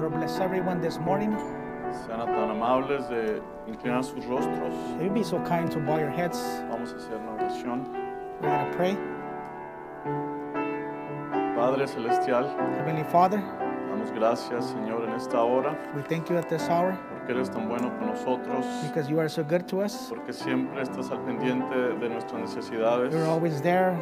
Lord bless everyone this morning. Sean tan amables de inclinar sus rostros. If you be so kind to bow your heads, Vamos a hacer una oración. we're going to pray. Padre Celestial, Heavenly Father, damos gracias, Señor, en esta hora, we thank you at this hour porque eres tan bueno con nosotros, because you are so good to us. porque siempre estás al pendiente de nuestras necesidades. You're always there,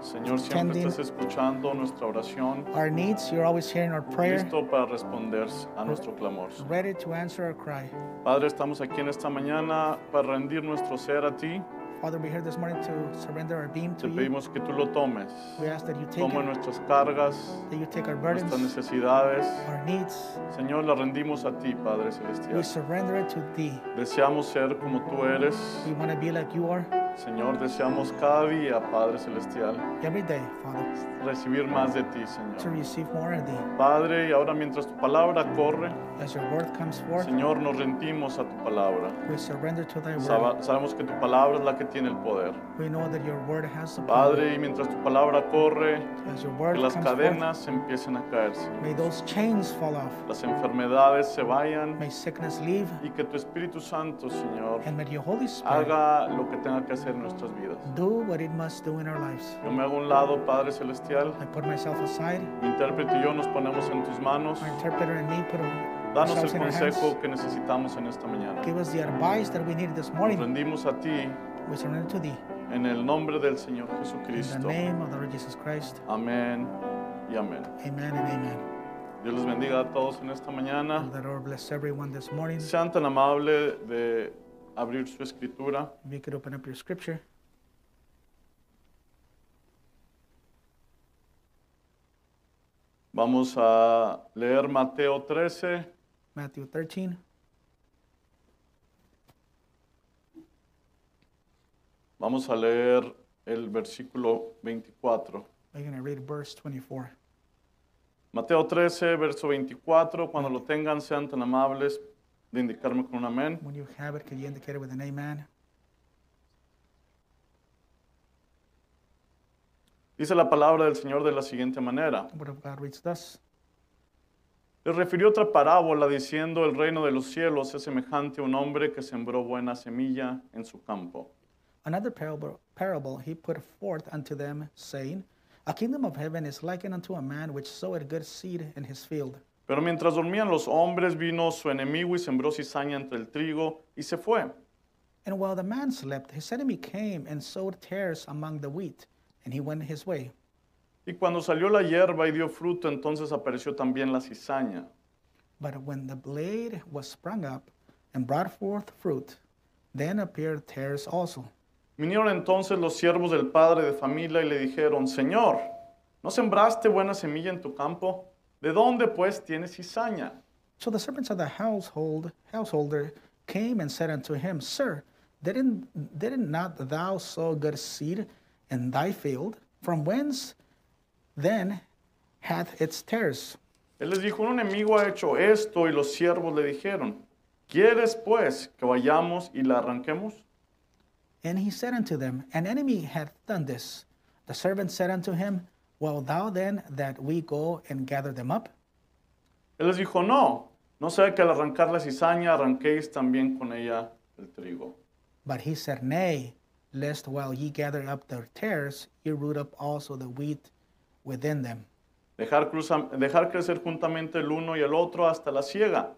Señor, siempre attending. estás escuchando nuestra oración, our needs. You're always hearing our prayer, listo para responder a nuestro clamor. ready to answer our cry. Padre, estamos aquí en esta mañana para rendir nuestro ser a ti. Father, we're here this morning to surrender our being Te to you. pedimos que tú lo tomes. We ask that you take Toma it, nuestras cargas, that you take our nuestras burdens, necesidades. our needs. Señor, la rendimos a ti, Padre We Celestial. surrender it to thee. Deseamos ser como tú eres. We want to be like you are Señor, deseamos cada día, Padre Celestial, every day, Father, recibir más de ti, to Señor. receive more of thee. Padre, y ahora mientras tu palabra corre, As your word comes forth, Señor, nos rendimos a tu palabra. we surrender to thy word. Saba- Sabemos que tu palabra es la que tiene el poder. We know that your word has the power. Padre, y mientras tu palabra corre, As your que word las comes forth, cadenas empiecen a caerse, may those chains fall off. las enfermedades se vayan May sickness leave, y que tu Espíritu Santo, Señor, and may your Holy Spirit haga lo que tenga que hacer en nuestras vidas. do what it must do in our lives. Yo me hago a un lado, Padre Celestial. I put myself aside. Mi intérprete y yo nos ponemos en tus manos. Our interpreter and me put Danos ourselves el in our hands. consejo que necesitamos en esta mañana. Give us the advice that we need this Nos morning. rendimos a ti We surrender to thee. en el nombre del Señor In the Jesucristo. name of the Lord Jesus Christ. Amén y amén. Amen and amen. Dios les bendiga a todos en esta May mañana. the Lord bless everyone this morning. If Sean tan amables de abrir su escritura you could open up your scripture. Vamos a leer Mateo 13, Matthew 13. vamos a leer el versículo 24. We're going to read verse 24. Mateo 13, verso 24, cuando lo tengan sean tan amables de indicarme con un amén. When you have it, could you indicate it with an amen? Dice la palabra del Señor de la siguiente manera. The word of God reads thus. Les refirió otra parábola diciendo, el reino de los cielos es semejante a un hombre que sembró buena semilla en su campo. Another parable, parable he put forth unto them, saying, A kingdom of heaven is likened unto a man which sowed good seed in his field. Pero mientras dormían los hombres, vino su enemigo y sembró cizaña entre el trigo y se fue. And while the man slept, his enemy came and sowed tares among the wheat, and he went his way. Y cuando salió la hierba y dio fruto, entonces apareció también la cizaña. But when the blade was sprung up and brought forth fruit, then appeared tares also. Vinieron entonces los siervos del padre de familia y le dijeron, Señor, ¿no sembraste buena semilla en tu campo? ¿De dónde pues tienes cizaña? So the servants of the household householder came and said unto him, Sir, didn't didn't not thou sow good seed in thy field? From whence then hath its tares? Él les dijo, un enemigo ha hecho esto y los siervos le dijeron, ¿quieres pues que vayamos y la arranquemos? And he said unto them, An enemy hath done this. The servant said unto him, Well thou then that we go and gather them up? Él les dijo, no, no sea que al arrancar la cizaña arranquéis también con ella el trigo. But he said, Nay, lest while ye gather up their tares, ye root up also the wheat within them. Dejar, cruza- dejar crecer juntamente el uno y el otro hasta la siega.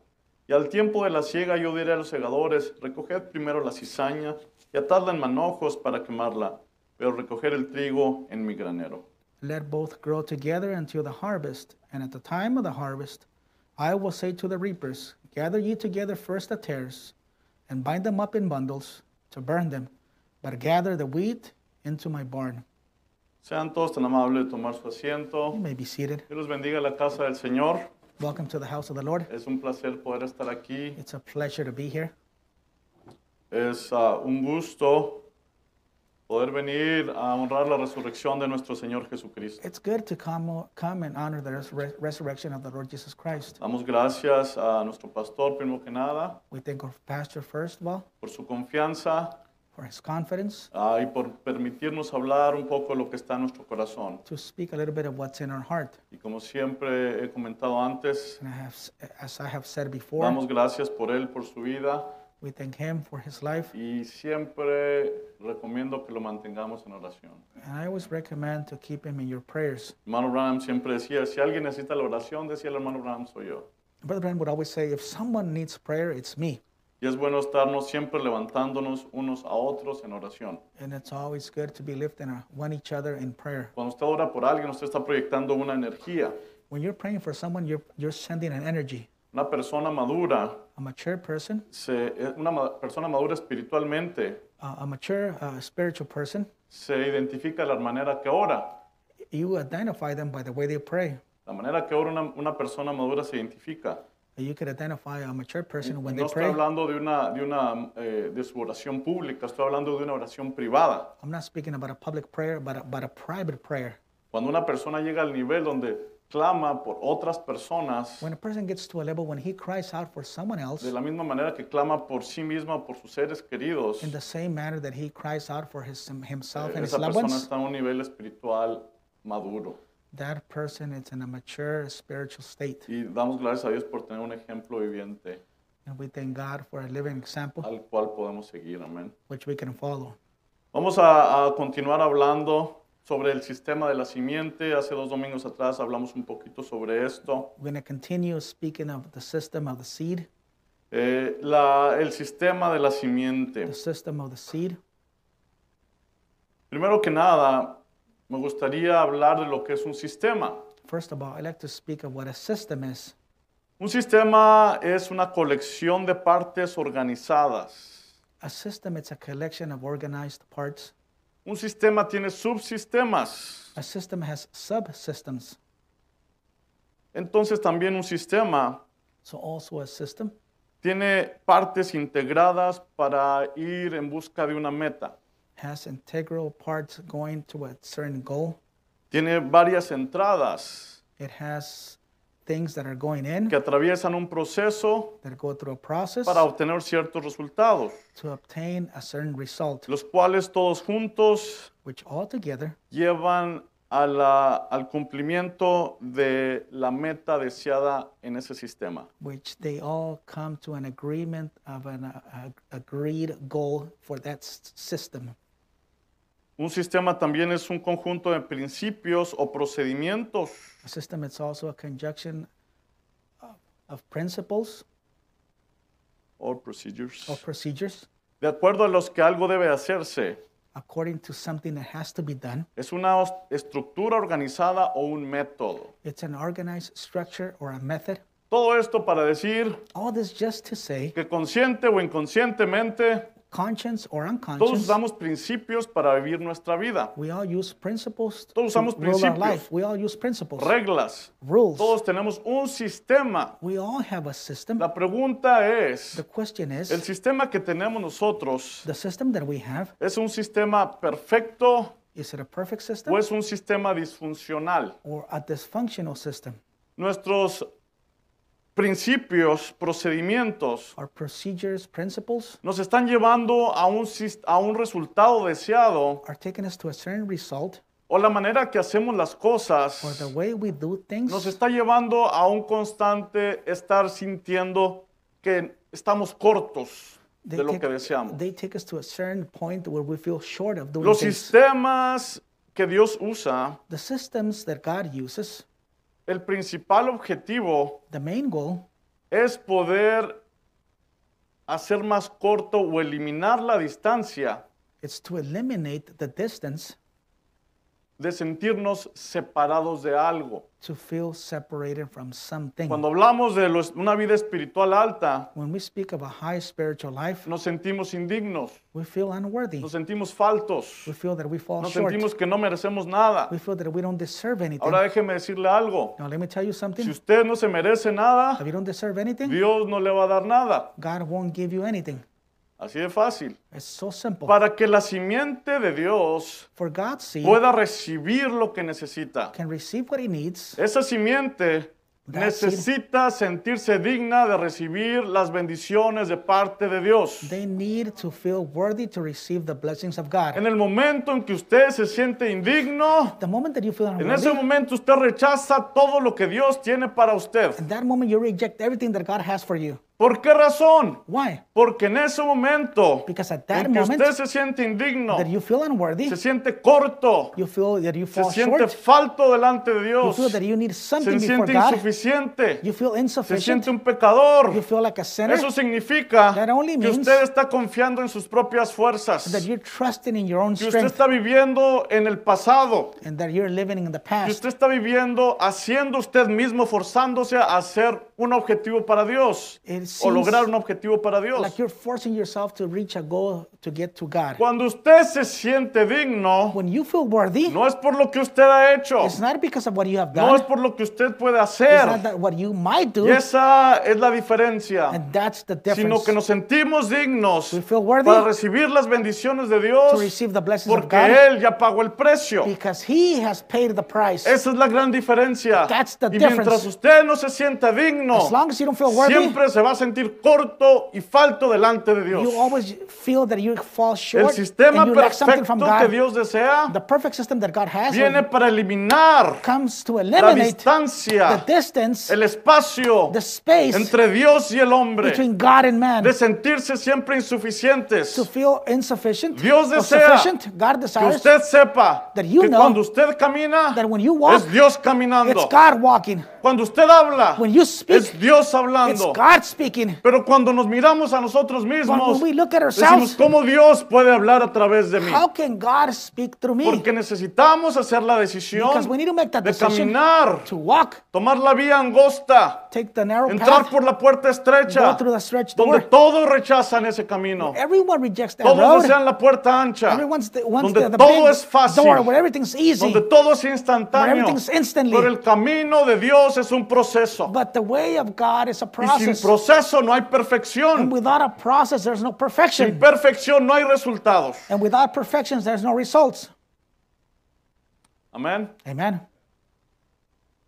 Y al tiempo de la siega yo diré a los segadores, recoged primero la cizaña y atadla en manojos para quemarla, pero recoger el trigo en mi granero. Let both grow together until the harvest, and at the time of the harvest, I will say to the reapers, Gather ye together first the tares, and bind them up in bundles to burn them, but gather the wheat into my barn. Sean todos tan amables de tomar su asiento. You may be seated. Dios los bendiga la casa del Señor. Welcome to the house of the Lord. Es un placer poder estar aquí. It's a pleasure to be here. Es ah, un gusto poder venir a honrar la resurrección de nuestro Señor Jesucristo. It's good to come, come and honor the res- resurrection of the Lord Jesus Christ. Damos gracias a nuestro pastor, primero que nada, We thank our pastor first of all por su confianza, for his confidence, ah, y por permitirnos hablar un poco de lo que está en nuestro corazón. to speak a little bit of what's in our heart. Y como siempre he comentado antes, And I have, s- as I have said before, damos gracias por él, por su vida, we thank him for his life. y siempre recomiendo que lo mantengamos en oración. And I always recommend to keep him in your prayers. Hermano Branham siempre decía, si alguien necesita la oración, decía el hermano Branham, soy yo. Brother Branham would always say, if someone needs prayer, it's me. Y es bueno estarnos siempre levantándonos unos a otros en oración. And it's always good to be lifting our- one each other in prayer. Cuando usted ora por alguien, usted está proyectando una energía. When you're praying for someone, you're, you're sending an energy. Una persona madura, A mature person, se- eh, una ma- persona madura espiritualmente, uh, a mature uh, spiritual person, se identifica de la manera que ora. you identify them by the way they pray. La manera que ora una, una persona madura se identifica. You could identify a mature person when No they estoy pray. hablando de, una, de, una, eh, de su oración pública, estoy hablando de una oración privada. I'm not speaking about a public prayer, but about a private prayer. Cuando una persona llega al nivel donde clama por otras personas, When a person gets to a level when he cries out for someone else, de la misma manera que clama por sí misma, por sus seres queridos, eh, in the same manner that he cries out for his, himself and his esa loved persona ones, está a un nivel espiritual maduro. that person is in a mature spiritual state. Y damos gracias a Dios por tener un ejemplo viviente And we thank God for a living example al cual podemos seguir. Amén. which we can follow. Vamos a, a continuar hablando sobre el sistema de la simiente. Hace dos domingos atrás hablamos un poquito sobre esto. We're going to continue speaking of the system of the seed, Eh, la- el sistema de la simiente. the system of the seed. Primero que nada, me gustaría hablar de lo que es un sistema. First of all, I'd like to speak of what a system is. Un sistema es una colección de partes organizadas. A system it's a collection of organized parts. Un sistema tiene subsistemas. A system has subsystems. Entonces también un sistema So also a system tiene partes integradas para ir en busca de una meta. has integral parts going to a certain goal. Tiene varias entradas It has things that are going in, que atraviesan un proceso that go through a process para obtener ciertos resultados, to obtain a certain result, los cuales todos juntos which altogether llevan a la- al cumplimiento de la meta deseada en ese sistema. which they all come to an agreement of an uh, uh, agreed goal for that s- system. Un sistema también es un conjunto de principios o procedimientos A system it's also a conjunction of- of principles o procedures, or procedures de acuerdo a los que algo debe hacerse. according to something that has to be done. Es una os- estructura organizada o un método. It's an organized structure or a method. Todo esto para decir All this just to say, que consciente o inconscientemente conscience or todos unconscious, usamos principios para vivir nuestra vida, we all use principles to Todos usamos rule our principios. life. We all use principles, reglas. rules. Todos tenemos un sistema. We all have a system. La pregunta The es, question is, ¿el sistema que tenemos nosotros the system that we have, es un sistema perfecto is it a perfect system o es un sistema disfuncional? or a dysfunctional system? nuestros principios, procedimientos, Our procedures, principles nos están llevando a un, sis- a un resultado deseado are taking us to a certain result, o la manera que hacemos las or the cosas way we do nos things está llevando a un constante estar sintiendo que estamos cortos de lo que deseamos. they take us to a certain point where we feel short of doing Los things. sistemas que Dios usa, The systems that God uses, el principal objetivo the main goal es poder hacer más corto o eliminar la distancia is to eliminate the distance de sentirnos separados de algo. to feel separated from something. Cuando hablamos de los- una vida espiritual alta, When we speak of a high spiritual life, nos sentimos indignos, we feel unworthy. nos sentimos faltos, We feel that we fall nos short. sentimos que no merecemos nada. We feel that we don't deserve anything. Ahora déjeme decirle algo, Now, let me tell you si something. usted no se merece nada, If you don't deserve anything, Dios no le va a dar nada. God won't give you anything. Así de fácil. It's so simple. Para que la simiente de Dios For God's seed pueda recibir lo que necesita. can receive what he needs, Esa simiente That seed, necesita sentirse digna de recibir las bendiciones de parte de Dios. they need to feel worthy to receive the blessings of God. En el momento en que usted se siente indigno, the moment that you feel en unworthy, ese momento usted rechaza todo lo que Dios tiene para usted. in that moment you reject everything that God has for you. ¿Por qué razón? Why? Porque en ese momento Because at that en que moment usted se siente indigno, that you feel unworthy, se siente corto, you feel that you se fall siente short, falto delante de you Dios, feel that you need something se before siente God, insuficiente, you feel se siente insufficient, un pecador. you feel like a sinner, Eso significa That only que means usted está confiando en sus propias fuerzas, that you're trusting in your own que usted strength, está viviendo en el pasado, and that you're living in the que past, usted está viviendo haciendo usted mismo, forzándose a hacer un objetivo para Dios It o seems lograr un objetivo para Dios. like you're forcing yourself to reach a goal to get to God. Cuando usted se siente digno, When you feel worthy, no es por lo que usted ha hecho, it's not because of what you have done, no es por lo que usted puede it's not hacer. that what you might Y do, esa es la diferencia, and that's the sino difference. que To nos sentimos dignos We feel worthy para recibir las bendiciones de Dios receive the blessings of porque God, Él ya pagó el precio. because He has paid the price. Esa es la gran diferencia. That's the Y mientras difference. usted no se sienta As digno, long as you don't feel worthy, siempre se va a sentir corto y falto delante de Dios. you always feel that you fall El short sistema and you lack something perfecto from que God. Dios desea the perfect system that God has viene para eliminar comes to la eliminate the distancia, distance, el espacio the space entre Dios y el hombre, between God and man de sentirse siempre to insuficientes. feel insufficient Dios or desea sufficient. God Que desires usted sepa That you que know cuando usted camina, that when you walk, es Dios it's caminando. God walking. Cuando usted habla, When you speak, es Dios it's hablando. God speaking. Pero cuando nos miramos a nosotros But mismos, when we look at decimos, ourselves, ¿cómo Dios puede hablar a través de mí? how can God speak through me? Porque necesitamos hacer la Because decisión we need to make that de decision caminar, to walk, tomar la vía angosta, take the narrow entrar path, por la puerta go estrecha, through the stretched donde door. todos rechazan ese camino, Everyone rejects that todos road. desean la puerta ancha, Everyone's the, wants donde the, the todo big es fácil, door where everything's easy. donde todo es where instantáneo. everything's instantly. Pero el camino de Dios es un proceso. But the way of God is a Y sin process. proceso no hay perfección. And without a process, there's no Sin perfection. perfección no hay resultados. And without perfections, there's no results. Amén. Amen.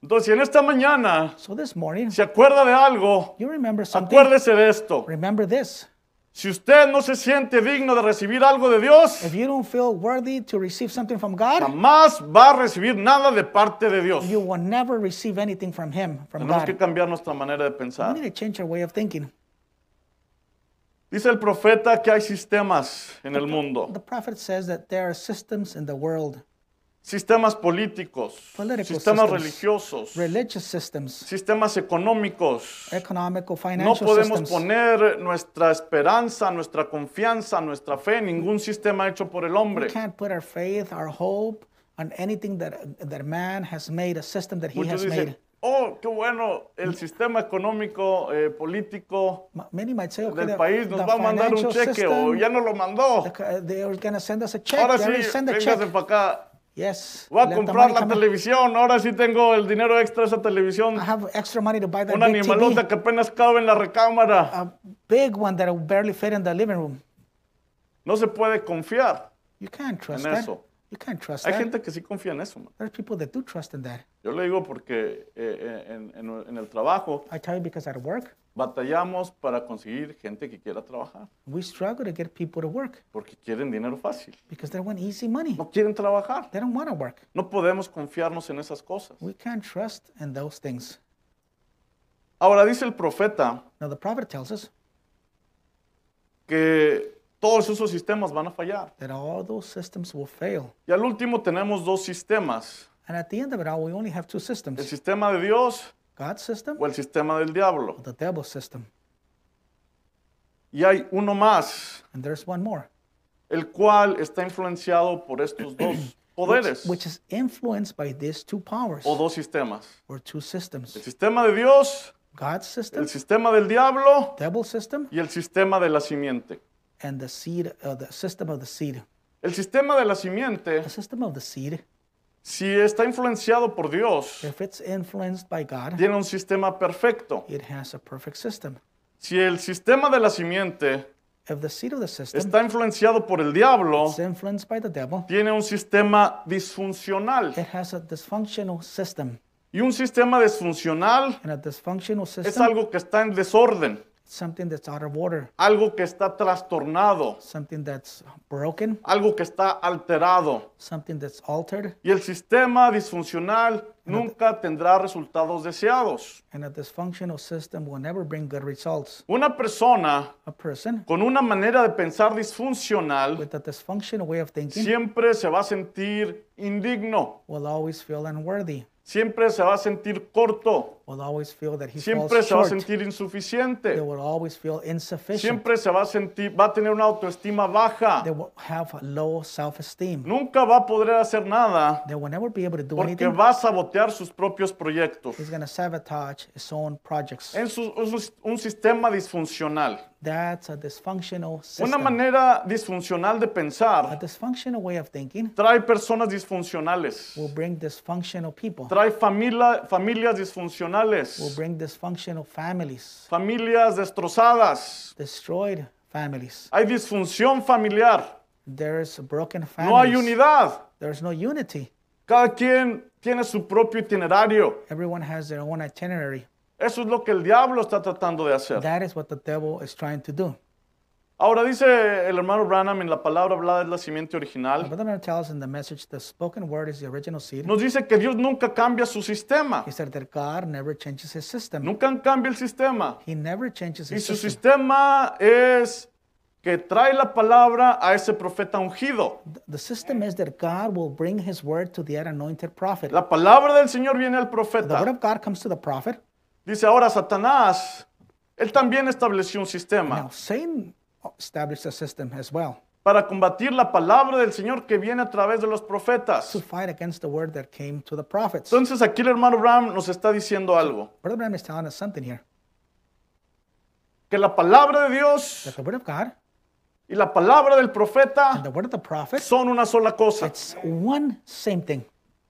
Entonces, si en esta mañana So this morning, se acuerda de algo, you remember something. acuérdese de esto. Remember this. Si usted no se siente digno de recibir algo de Dios, If you don't feel worthy to receive something from God, jamás va a recibir nada de parte de Dios. you will never receive anything from Him, from Tenemos que God. cambiar nuestra manera de We pensar. need to change our way of thinking. Dice el profeta que hay sistemas en el mundo. The prophet says that there are systems in the world, Sistemas políticos, Political sistemas systems. religiosos, religious systems, sistemas económicos. economical, No financial podemos systems. poner nuestra esperanza, nuestra confianza, nuestra fe en ningún sistema hecho por el We hombre. can't put our faith, our hope on anything that, that man has made, a system that he Muchos has made. Mm. dicen, oh, qué bueno, el sistema económico, eh, político Ma- Many might say, okay, del the, país nos the va a mandar un financial cheque o system, ya no lo mandó. the co- they are going to send us a check. Ahora they sí, already send a véngase check. para acá. Yes. Voy a let the comprar money la come in. televisión. Ahora sí tengo el dinero extra de esa televisión. I have extra money to buy that Una big TV. animalota que apenas cabe en la recámara. A big one that will barely fit in the living room. No se puede confiar. You can't trust En that. eso. You can't trust Hay that. gente que sí confía en eso. man. There are people that do trust in that. Yo le digo porque eh, eh, en- en- en el trabajo I tell you because at work, batallamos para conseguir gente que quiera trabajar we struggle to get people to work porque quieren dinero fácil. because they want easy money. No quieren trabajar. They don't want to work. No podemos confiarnos en esas cosas. We can't trust in those things. Ahora dice el profeta Now, the prophet tells us que todos esos sistemas van a fallar. that all those systems will fail. Y al último tenemos dos sistemas, And at the end of it all, we only have two el systems sistema de Dios God's system o el sistema del diablo. or the devil's system. Y hay uno más, And there's one more, el cual está influenciado por estos dos poderes which is influenced by these two powers o dos sistemas. or two systems El sistema de Dios, God's el system, sistema del diablo devil's system, y el sistema de la simiente. and the seed, uh, the system of the seed. El sistema de la simiente, The system of the seed, si está influenciado por Dios, if it's influenced by God, tiene un sistema perfecto. it has a perfect system. Si el sistema de la simiente If the seed of the system está influenciado por el diablo, is influenced by the devil, tiene un sistema disfuncional. it has a dysfunctional system. Y un sistema desfuncional And a dysfunctional es system, algo que está en desorden, something that's out of order, algo que está trastornado, something that's broken, algo que está alterado. something that's altered. Y el sistema disfuncional nunca tendrá resultados deseados. And a dysfunctional system will never bring good results. Una persona A person con una manera de pensar disfuncional with a dysfunctional way of thinking siempre se va a sentir indigno, will always feel unworthy, siempre se va a sentir corto, will always feel that he siempre falls se va a short. sentir They insuficiente, will always feel insufficient. siempre se va a sentir, va a tener una autoestima baja, They will have a low self-esteem. nunca va a poder hacer nada They will never be able to do porque anything. va a sabotear sus propios proyectos. He's going to sabotage his own projects. Es un- un- un sistema disfuncional. That's a dysfunctional Una system. manera disfuncional de A pensar dysfunctional way of thinking trae personas disfuncionales, will bring dysfunctional people, trae familia- familias will disfuncionales, bring dysfunctional families, familias destrozadas. destroyed families. Hay disfunción familiar, There's broken no hay families. unidad. There's no unity. Cada quien tiene su propio itinerario. Everyone has their own itinerary. Eso es lo que el diablo está tratando de hacer. That is what the devil is trying to do. Ahora dice el hermano Branham en la palabra hablada es la simiente original. Brother Branham tells in the message the spoken word is the original seed. Nos dice que Dios nunca cambia su sistema. He said that God never changes his system. Nunca cambia el sistema. He never changes Y his su system. sistema es que trae la palabra a ese profeta ungido. The system is that God will bring his word to the anointed prophet. La palabra del Señor viene al The word profeta. of God comes to the prophet. Dice ahora Satanás, él también estableció un Now, sistema Satan established a system as well para combatir la palabra del Señor que viene a través de los profetas. to fight against the word that came to the prophets. Entonces aquí el hermano Bram nos está diciendo algo, Brother Branham is telling us something here que la palabra de Dios that the word of God y la palabra del profeta and the word of the prophet, son una sola cosa, it's one same thing.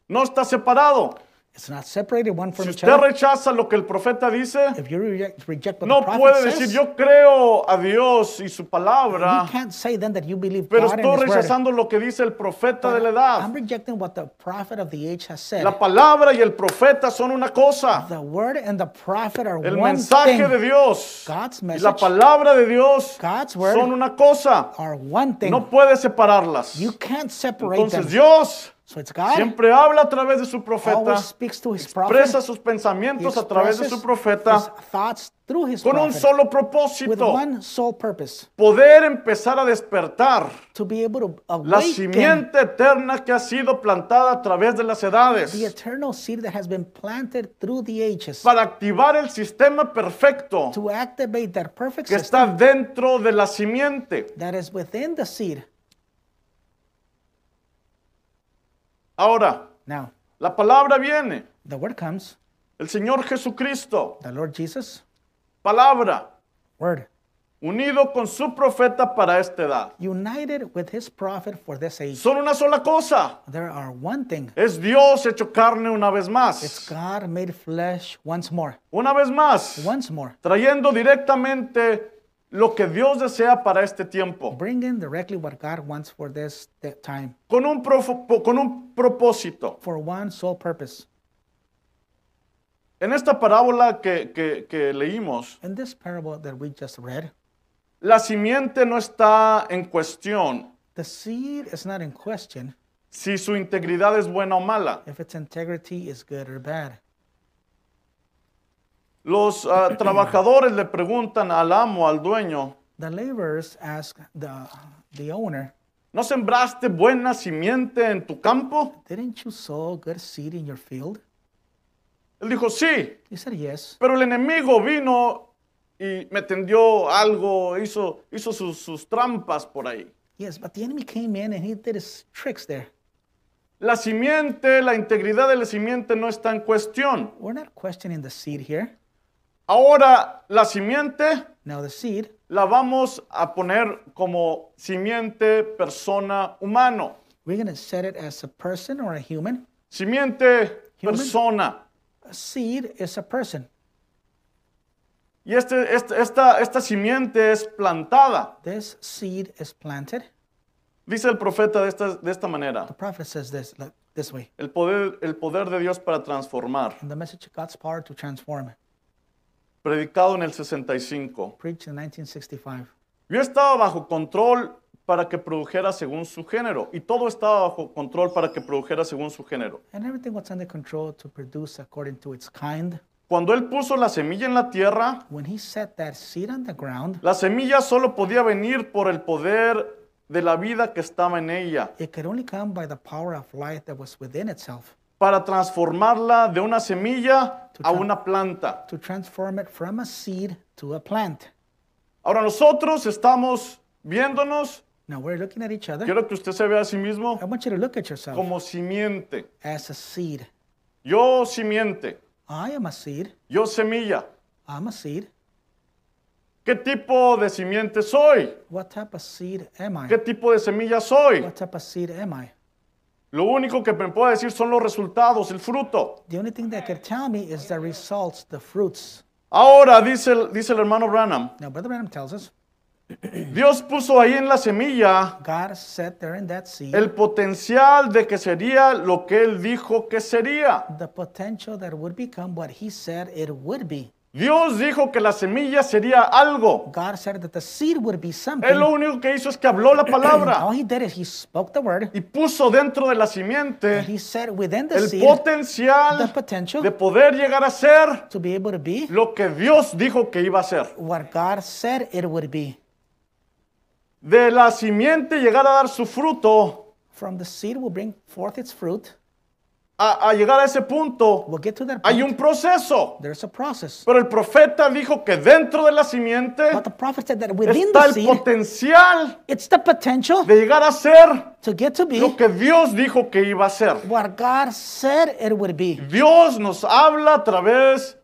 no está separado. It's not separated one from Si each usted other. rechaza lo que el profeta dice, If you reject, reject what No the puede prophet decir says, yo creo a Dios y su palabra, you can't say then that you believe pero God and estoy his word. rechazando lo que dice el profeta de la edad. I'm rejecting what the prophet of the age has said. La palabra y el profeta son una cosa. The word and the prophet are El one mensaje thing. de Dios God's y la message, palabra de Dios God's word son una cosa. are one thing. No puede separarlas. You can't separate Entonces them. Dios so it's God siempre habla a través de su profeta, always speaks to his expresa prophet. sus He pensamientos a través de expresses su profeta his thoughts through his con un prophet solo with propósito, one sole purpose poder empezar a despertar to be able to La awaken simiente eterna que ha sido plantada a través de las the edades eternal seed that has been planted through the ages para activar el sistema perfecto to activate that perfect que system está dentro de la simiente. that is within the seed. Ahora, Now, la palabra viene. the word comes, El Señor Jesucristo, the Lord Jesus, palabra, word, unido con su profeta para esta edad. united with his prophet for this age. Son una sola cosa. There are one thing. Es Dios hecho carne una vez It's más. God made flesh once more. Una vez más. Once more. Trayendo directamente lo que Dios desea para este tiempo. Bring in directly what God wants for this t- time, Con un, profo- con un propósito. for one sole purpose. En esta parábola que, que- que leímos, In this parable that we just read, la simiente no está en cuestión the seed is not in question si su integridad es buena o mala. if its integrity is good or bad. Los ah, trabajadores le preguntan al amo, al dueño, The laborers ask the, the owner, ¿no sembraste buena simiente en tu campo? Didn't you sow good seed in your field? Él dijo, sí, He said, Yes. pero el enemigo vino y me tendió algo, hizo, hizo sus, sus trampas por ahí. Yes, but the enemy came in and he did his tricks there. La simiente, la integridad de la simiente no está en cuestión. We're not questioning the seed here. Ahora, la simiente Now, the seed la vamos a poner como simiente persona humano. We're going to set it as a person or a human. Simiente Human. persona. A seed is a person. Y este, este- esta, esta simiente es plantada. This seed is planted. Dice el profeta de esta, de esta manera. The prophet says this. Look, this way. El poder, el poder de Dios para transformar, And the message of God's power to transform, predicado en el 65. preached in 1965. Yo estaba bajo control para que produjera según su género, y todo estaba bajo control para que produjera según su género. And everything was under control to produce according to its kind. Cuando Él puso la semilla en la tierra, When he set that seed on the ground, la semilla solo podía venir por el poder de la vida que estaba en ella, it could only come by the power of life that was within itself para transformarla de una semilla a una planta. to transform it from a seed to a plant. Ahora nosotros estamos viéndonos, Now we're looking at each other. quiero que usted se vea a sí mismo I want you to look at yourself como simiente. as a seed. Yo simiente, I am a seed. yo semilla. I'm a seed. ¿Qué tipo de simiente soy? What type of seed am I? ¿Qué tipo de semilla soy? What type of seed am I? Lo único que me puedo decir son los resultados, el fruto. The only thing that can tell me is the results, the fruits. Ahora, dice, el- dice el hermano Branham, Now, Brother Branham tells us Dios puso ahí en la semilla God set there in that seed el potencial de que sería lo que él dijo que sería. the potential that would become what He said it would be. Dios dijo que la semilla sería algo. God said that the seed would be something. Él lo único que hizo es que habló la palabra All He did is He spoke the word. y puso dentro de la And simiente he said within the el seed the potencial potential de poder llegar a ser to be able to be lo que Dios dijo que iba a ser. what God said it would be. De la simiente llegar a dar su fruto, From the seed will bring forth its fruit. a, a llegar a ese punto, We'll get to that hay point. un proceso. There's a process. Pero el profeta dijo que dentro de la simiente But the prophet said that within está the el seed, potencial it's the potential de llegar a ser to get to be lo que Dios dijo que iba a ser. what God said it would be. Dios nos habla a través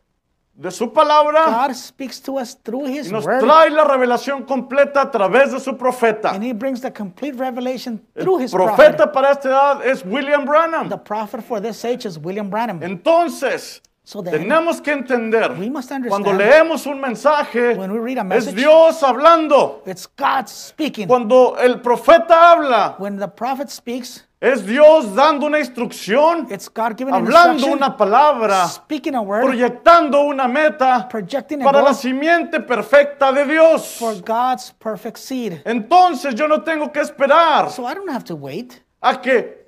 de su palabra God speaks to us through his y nos word trae la revelación completa a través de su profeta. and he brings the complete revelation through his prophet. Profeta para esta edad es William The Branham. prophet for this age is William Branham. Entonces, so then tenemos que entender, we must cuando understand leemos un mensaje, when we read a es message, Dios hablando. it's God speaking. Cuando el profeta habla, When the prophet speaks, es Dios dando una instrucción, it's God giving an hablando instruction, una palabra, speaking a word, proyectando una meta projecting a para goal la simiente perfecta de Dios. for God's perfect seed. Entonces yo no tengo que esperar So I don't have to wait a que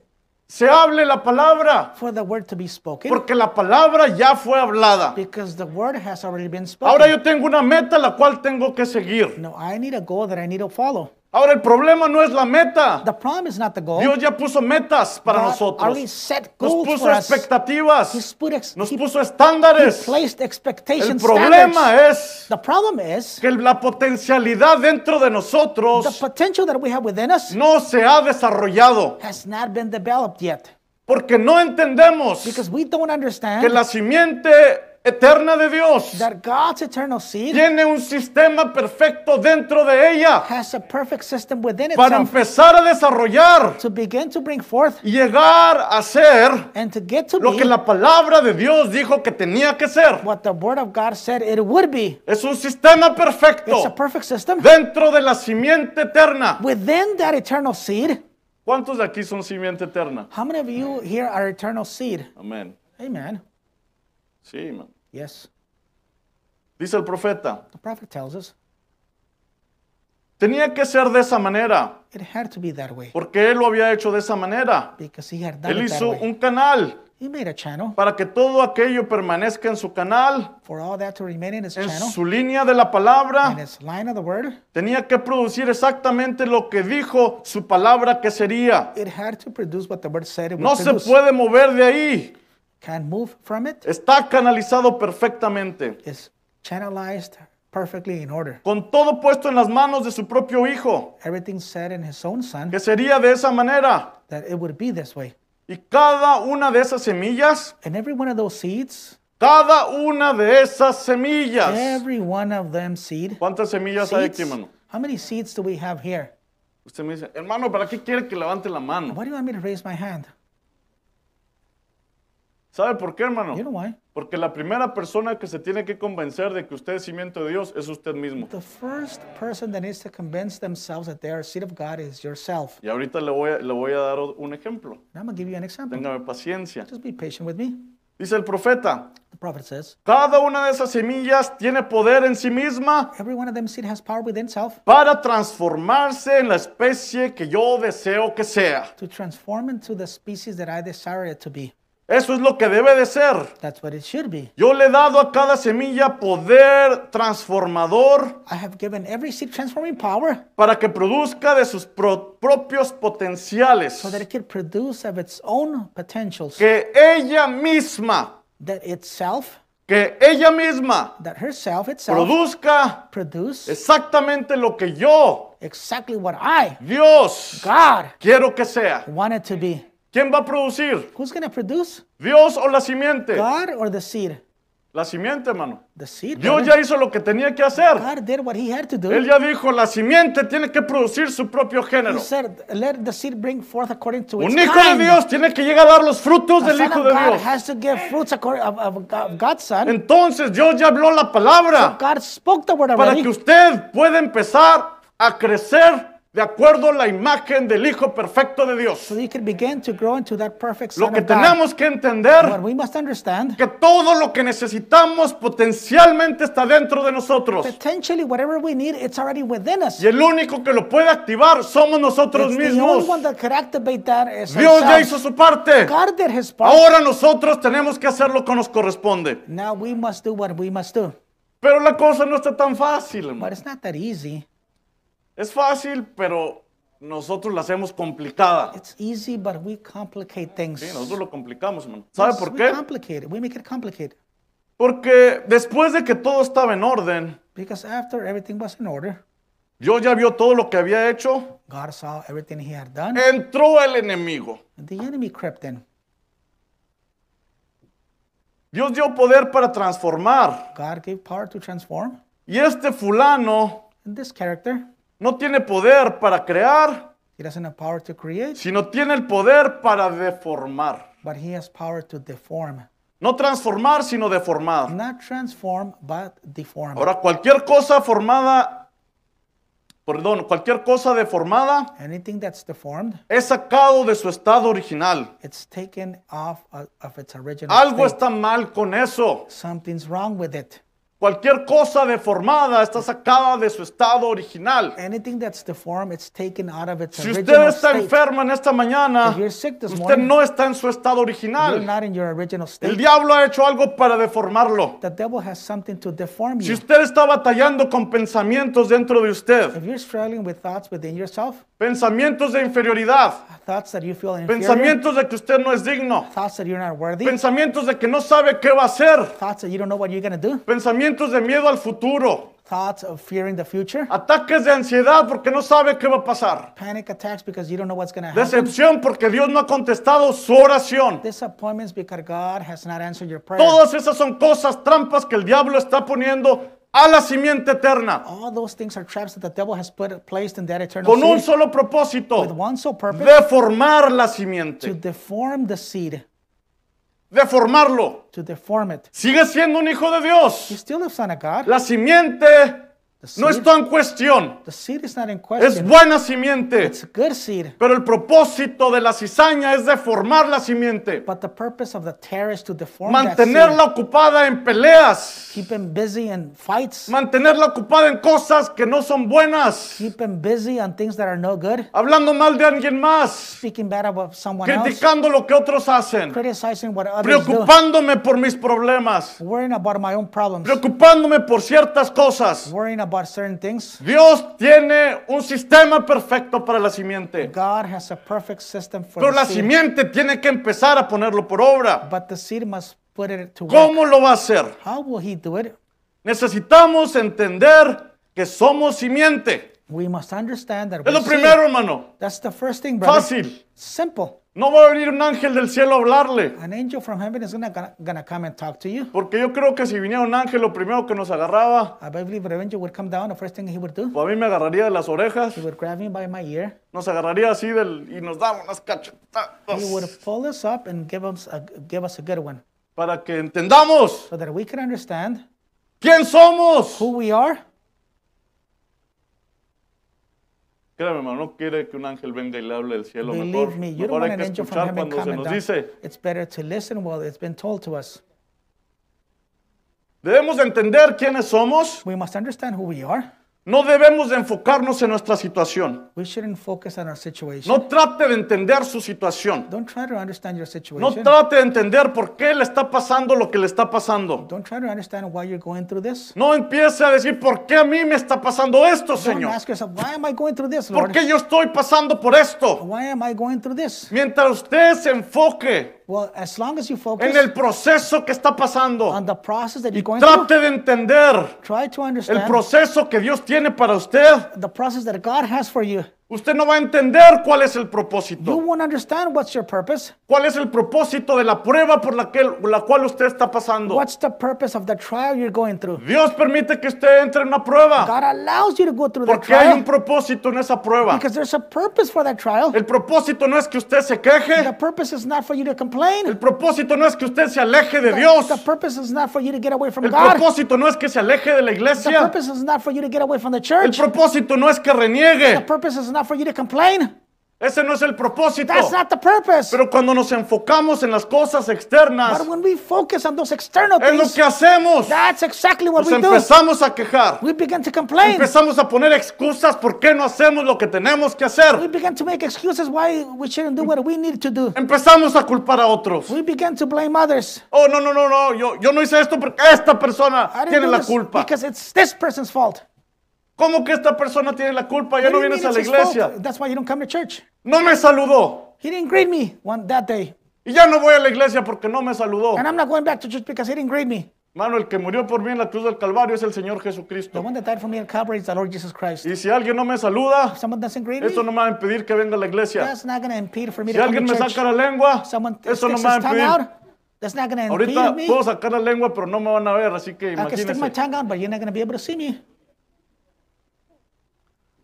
se hable la palabra, for the word to be spoken porque la palabra ya fue hablada. because the word has already been spoken. Ahora yo tengo una meta la cual tengo que seguir. no, I need a goal that I need to follow. Ahora el problema no es la meta. The problem is not the goal. Dios ya puso metas para God already nosotros. set Nos goals puso for us. He's expectativas, put ex- nos he puso estándares. placed El expectation standards. problema es The problem is que la potencialidad dentro de the nosotros potential that we have within us no se ha desarrollado, has not been developed yet porque no entendemos because we don't understand que la simiente eterna de Dios that God's eternal seed tiene un sistema perfecto dentro de ella has a perfect system within para itself empezar a desarrollar to begin to bring forth y llegar a ser and to get to lo be que la palabra de Dios dijo que tenía que ser. what the Word of God said it would be. Es un sistema It's a perfecto perfect system. dentro de la simiente eterna. Within that eternal seed, ¿Cuántos de aquí son simiente eterna? how many of you here are eternal seed? Amén. Amen. Sí, man. Yes. Dice el profeta, The prophet tells us tenía que ser de esa manera, it had to be that way porque él lo había hecho de esa manera. because he had done Él it that hizo way. un canal He made a channel para que todo aquello permanezca en su canal, for all that to remain in his en channel su línea de la and palabra. his line of the Word. Tenía que producir exactamente lo que dijo su palabra que sería. It had to produce what the Word said it would No se produce. puede mover de ahí. Can't move from it. Está canalizado perfectamente, It's channelized perfectly in order. con todo puesto en las manos de su propio hijo, everything said in his own son que sería de esa manera. that it would be this way. Y cada una de esas semillas And every one of those seeds, Cada una de esas semillas. every one of them seed. ¿Cuántas semillas hay seeds aquí, hermano? how many seeds do we have here? Usted me dice, hermano, ¿para qué quiere que levante la mano? Why do you want me to raise my hand? ¿Sabe por qué, hermano? You know why? Porque la primera persona que se tiene que convencer de que usted es cimiento de Dios es usted mismo. The first person that needs to convince themselves that they are a seed of God is yourself. Y ahorita le voy a, le voy a dar o- un ejemplo. And I'm going to give you an example. Téngame paciencia. Just be patient with me. Dice el profeta, The prophet says, cada una de esas semillas tiene poder en sí misma Every one of them seed has power within itself para transformarse en la especie que yo deseo que sea. to transform into the species that I desire it to be. Eso es lo que debe de ser. That's what it should be. Yo le he dado a cada semilla poder transformador I have given every seed transforming power para que produzca de sus pro- propios potenciales. so that it can produce of its own potentials. Que ella misma, That itself, que ella misma that herself itself produzca produce exactamente lo que yo, exactly what I, Dios, God, quiero que sea. want it to be. ¿Quién va a producir? Who's going to produce? ¿Dios o la simiente? God or the seed? La simiente, hermano. The seed. Dios brother. ya hizo lo que tenía que hacer. God did what he had to do. Él ya dijo, la simiente tiene que producir su propio género. He said, let the seed bring forth according to its Un hijo kind. de Dios tiene que llegar a dar los frutos The del Son Hijo of de God Dios. has to give fruits according of, of, of God's Son. Entonces Dios ya habló la palabra God spoke the word para already que usted pueda empezar a crecer de acuerdo a la imagen del Hijo perfecto de Dios. so you can begin to grow into that perfect Lo Son que of God. tenemos que entender But we must understand, que todo lo que necesitamos potencialmente está dentro de nosotros. potentially, whatever we need, it's already within us. Y el único que lo puede activar somos nosotros It's the only mismos. one that could activate that is Dios ya ourselves. hizo su parte. God did his part. Ahora nosotros tenemos que hacer lo que nos corresponde. Now we must do what we must do. Pero la cosa no está tan fácil, hermano. But it's not that easy. Es fácil, pero nosotros la hacemos complicada. It's easy, but we complicate things. Sí, nosotros lo complicamos, hermano. ¿Sabe Yes, por we qué? complicate it. We make it complicated. Porque después de que todo estaba en orden, Because after everything was in order, Dios ya vio todo lo que había hecho, God saw everything he had done, Eh. entró el enemigo. and the enemy crept in. Dios dio poder para transformar. God gave power to transform. Y este fulano And this character, no tiene poder para crear, he doesn't have power to create, sino tiene el poder para deformar. but he has power to deform. No transformar, sino deformar. Not transform, but deform. Ahora, cualquier cosa formada, perdón, cualquier cosa deformada Anything that's deformed, es sacado de su estado original. it's taken off of, of its original Algo state. está mal con eso. Something's wrong with it. Cualquier cosa deformada está sacada de su estado original. Anything that's deformed, it's taken out of its Si usted original está state. enfermo en esta mañana, If you're sick this usted morning, no está en su estado you're original. not in your original El state. diablo ha hecho algo para deformarlo. The devil has something to deform Si you. usted está batallando con pensamientos dentro de usted, If you're struggling with thoughts within yourself, pensamientos de inferioridad, thoughts that you feel inferior, pensamientos de que usted no es digno, thoughts that you're not worthy, pensamientos de que no sabe qué va a hacer, thoughts that you don't know what you're going to do, pensamientos de miedo al futuro, thoughts of fearing the future, ataques de ansiedad porque no sabe qué va a pasar, panic attacks because you don't know what's going to happen, decepción porque Dios no ha contestado su oración. disappointments because God has not answered your prayer. Todas esas son cosas, trampas que el diablo está poniendo a la simiente eterna, All those things are traps that the devil has put placed in that eternal con un seed solo with propósito, one sole purpose deformar la to simiente, deform the seed, deformarlo. to deform it. Sigue siendo un hijo de Dios. He's still the son of God. La simiente The seed, no está en cuestión, the seed is not in es question. buena simiente. It's a good seed, Pero el propósito de la cizaña es deformar la simiente, but the purpose of the tear is to deform that seed. mantenerla ocupada en peleas, Keep him busy in fights. mantenerla ocupada en cosas que no son buenas, Keep him busy on things that are no good. hablando mal de alguien más, Speaking bad about someone else. criticando lo que otros hacen, Criticizing what others do. preocupándome por mis problemas, Worrying about my own problems. preocupándome por ciertas cosas. Worrying about certain things. Dios tiene un sistema perfecto para la simiente, God has a perfect system for pero the la seed. simiente tiene que empezar a ponerlo por obra. But the seed must put it to work. ¿Cómo lo va a hacer? How will he do it? Necesitamos entender que somos simiente. We must understand that Es we're lo seed. primero, hermano. That's the first thing, brother. Fácil. Simple. No va a venir un ángel del cielo a hablarle. An angel from heaven is not gonna, gonna come and talk to you. Porque yo creo que si viniera un ángel, lo primero que nos agarraba, I believe an angel would come down. The first thing he would do, o a mí me agarraría de las orejas, he would grab me by my ear. nos agarraría así del, y nos daba unas cachetadas. He would pull us up and give us a, give us a good one, Para que entendamos so that we can understand quién somos. who we are. Créame, hermano, no quiere que un ángel venga y le hable del cielo. Mejor, Believe me, you don't mejor want hay an que angel from escuchar heaven cuando se coming nos down. dice. It's better to listen while it's been told to us. Debemos de entender quiénes somos. We must understand who we are. No debemos de enfocarnos en nuestra situación. We shouldn't focus on our situation. No trate de entender su situación. Don't try to understand your No situation. trate de entender por qué le está pasando lo que le está pasando. Don't try to understand why you're going through this. No empiece a decir por qué a mí me está pasando esto, Don't Señor. ask yourself, why am I going through this, ¿Por Lord? qué yo estoy pasando por esto? Why am I going through this? Mientras usted se enfoque Well, as long as you en focus el proceso que está pasando, on the process that you're going through, trate de entender try to el understand proceso que Dios tiene para usted. the process that God has for you. Usted no va a entender cuál es el You propósito, won't understand what's your purpose. cuál es el propósito de la prueba por la, que, la cual usted está pasando. What's the purpose of the trial you're going through? Dios permite que usted entre en una prueba God allows you to go through the porque hay trial un propósito en esa prueba. because there's a purpose for that trial. El propósito no es que usted se The queje, purpose is not for you to complain. el propósito no es que usted se aleje de Dios, The purpose is not for you to get away from el God. propósito no es que se aleje de la The iglesia, purpose is not for you to get away from the el church. propósito no es que The reniegue, purpose is not for you to complain. ese no es el propósito. That's not the purpose. Oh. Pero cuando nos enfocamos en las cosas externas, But when we focus on those external es lo things, que hacemos. that's exactly what Nos we do. empezamos a quejar. We begin to complain. Empezamos a poner excusas por qué no hacemos lo que tenemos que We hacer. begin to make excuses why we shouldn't do what we need to do. Empezamos a culpar a otros. We begin to blame others. Oh, no, no, no, no. Yo, yo no hice esto porque esta persona I didn't tiene do la this culpa. because it's this person's fault. ¿Cómo que esta persona tiene la culpa? Ya What no do you vienes mean a la it's his iglesia. fault? That's why you don't come to church. No me saludó. He didn't greet me one that day, Y ya no voy a la iglesia porque no me saludó. and I'm not going back to church because he didn't greet me. Mano, el que murió por mí en la cruz del Calvario es el Señor The Jesucristo. one that died for me in Calvary is the Lord Jesus Christ. Y si alguien no me saluda, If someone doesn't greet me, esto no me va a impedir que venga a la iglesia. that's not going to impede for me Si to come alguien to me church. saca la lengua, someone eso no sticks me va a his tongue impedir. out, that's not going to Ahorita impede me. puedo sacar la lengua, pero no me van a ver, así Ah, que I can stick my imagínense. tongue out, but you're not going to be able to see me.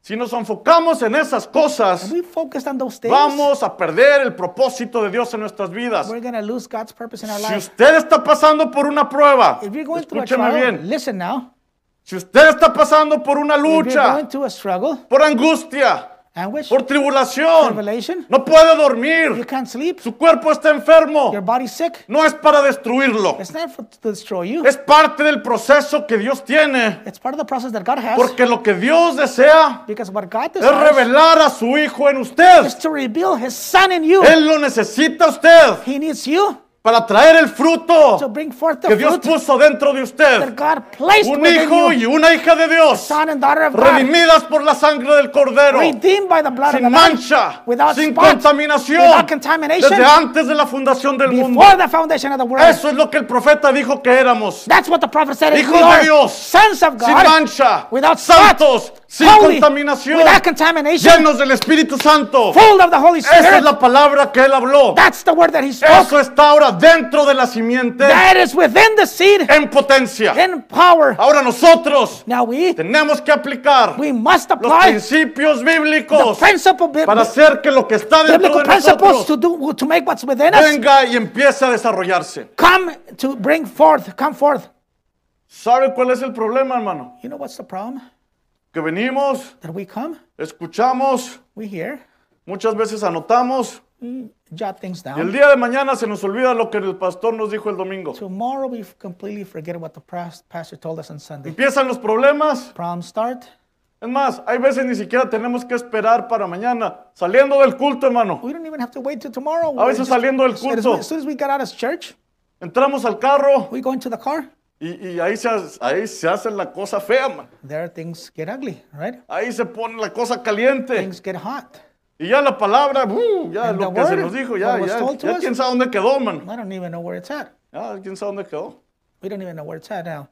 Si nos enfocamos en esas cosas, We focused on those things. vamos a perder el propósito de Dios en nuestras vidas. We're going to lose God's purpose in our Si life. usted está pasando por una prueba, If you're going through a escúcheme trial, bien. listen now. Si usted está pasando por una If you're going lucha, through a struggle, por angustia, anguish, por tribulación, revelation, no puede you dormir, can't sleep, su cuerpo está enfermo, your body's sick, no es para destruirlo, it's not for, to destroy you. es parte del proceso que Dios tiene, It's part of the process that God has. porque lo que Dios desea Because what God es desires revelar a su Hijo en usted. is to reveal His Son in you. Él lo necesita a usted He needs you para traer el to fruto bring forth the que Dios fruit puso dentro de that usted. God placed Un within hijo you. y una hija de Dios, Son and daughter of God, redimidas por la sangre del Cordero, redeemed by the blood of sin the Lamb, mancha, without sin spot, contaminación, without contamination, desde antes de la fundación del mundo. before the foundation of the world. Eso es lo que el profeta dijo que éramos. That's what the prophet said. Hijos we de are Dios, sons of Sin God, mancha, without spot, santos, sin holy, contaminación, without contamination, llenos del Espíritu Santo. full of the Holy Esa Spirit. es la palabra que él habló. That's the word that he spoke. Eso está ahora dentro de la simiente That is within the seed en potencia. in power. Ahora nosotros Now we tenemos que aplicar we must los apply principios the bíblicos principle bi- para hacer que lo que está dentro biblical de principles nosotros to do to make what's within us venga y empiece a desarrollarse. come to bring forth, come forth. ¿Sabe cuál es el problema, hermano? You know what's the problem? Que venimos, That we come, escuchamos, we hear, muchas veces anotamos we jot things y el down. día de mañana se nos olvida lo que el pastor nos dijo el domingo. Tomorrow we completely forget what the pras- pastor told us on Sunday. Empiezan los problemas. Problems start. Es más, hay veces ni siquiera tenemos que esperar para mañana, saliendo del culto, hermano. We don't even have to wait till tomorrow. A veces saliendo del As, soon- culto, as soon as we get out of church, entramos al carro we go into the car. y, y ahí, se, ha- ahí se hace la cosa fea, man. There things get ugly, right? Ahí se pone la cosa caliente. Things get hot. Y ya la palabra, ¡uh! ya And lo the que se word, nos dijo, ya, what was ya, told to ya us. quién sabe dónde quedó, man. I don't even know where it's at. Ya quién sabe dónde quedó. We don't even know where it's at now.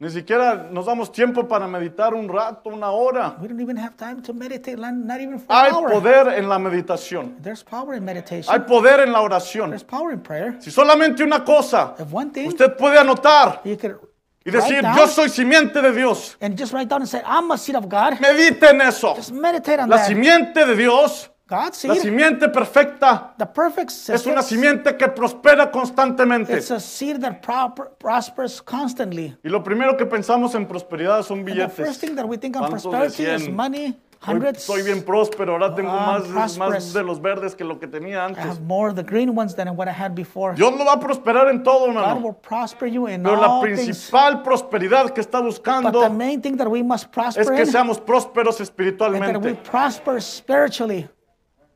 Ni siquiera nos damos tiempo para meditar un rato, una hora. We don't even have time to meditate, not not even for Hay an hour. poder en la meditación. There's power in meditation. Hay poder en la oración. There's power in prayer. Si solamente una cosa If one thing usted puede anotar you could y write decir, down yo soy simiente de Dios, and just write down and say, I'm a seed of God. medite en eso. Just meditate on La that. simiente de Dios, God's la seed, simiente perfecta, the perfect seed. es una simiente que prospera constantemente. It's a seed that proper, prospers constantly. Y lo primero que pensamos en prosperidad son And the first billetes. thing that we think of Tantos de prosperity is cien. money, Hoy hundreds. soy bien próspero, ahora tengo Ah, más, más prosperous. de los verdes que lo que tenía I antes. have more of the green ones than what I had before. Dios lo va a prosperar en todo, God hermano. will prosper you in Pero la all things. principal prosperidad que está But the buscando main thing that we must es prosper que in seamos prósperos and that we espiritualmente. prosper spiritually.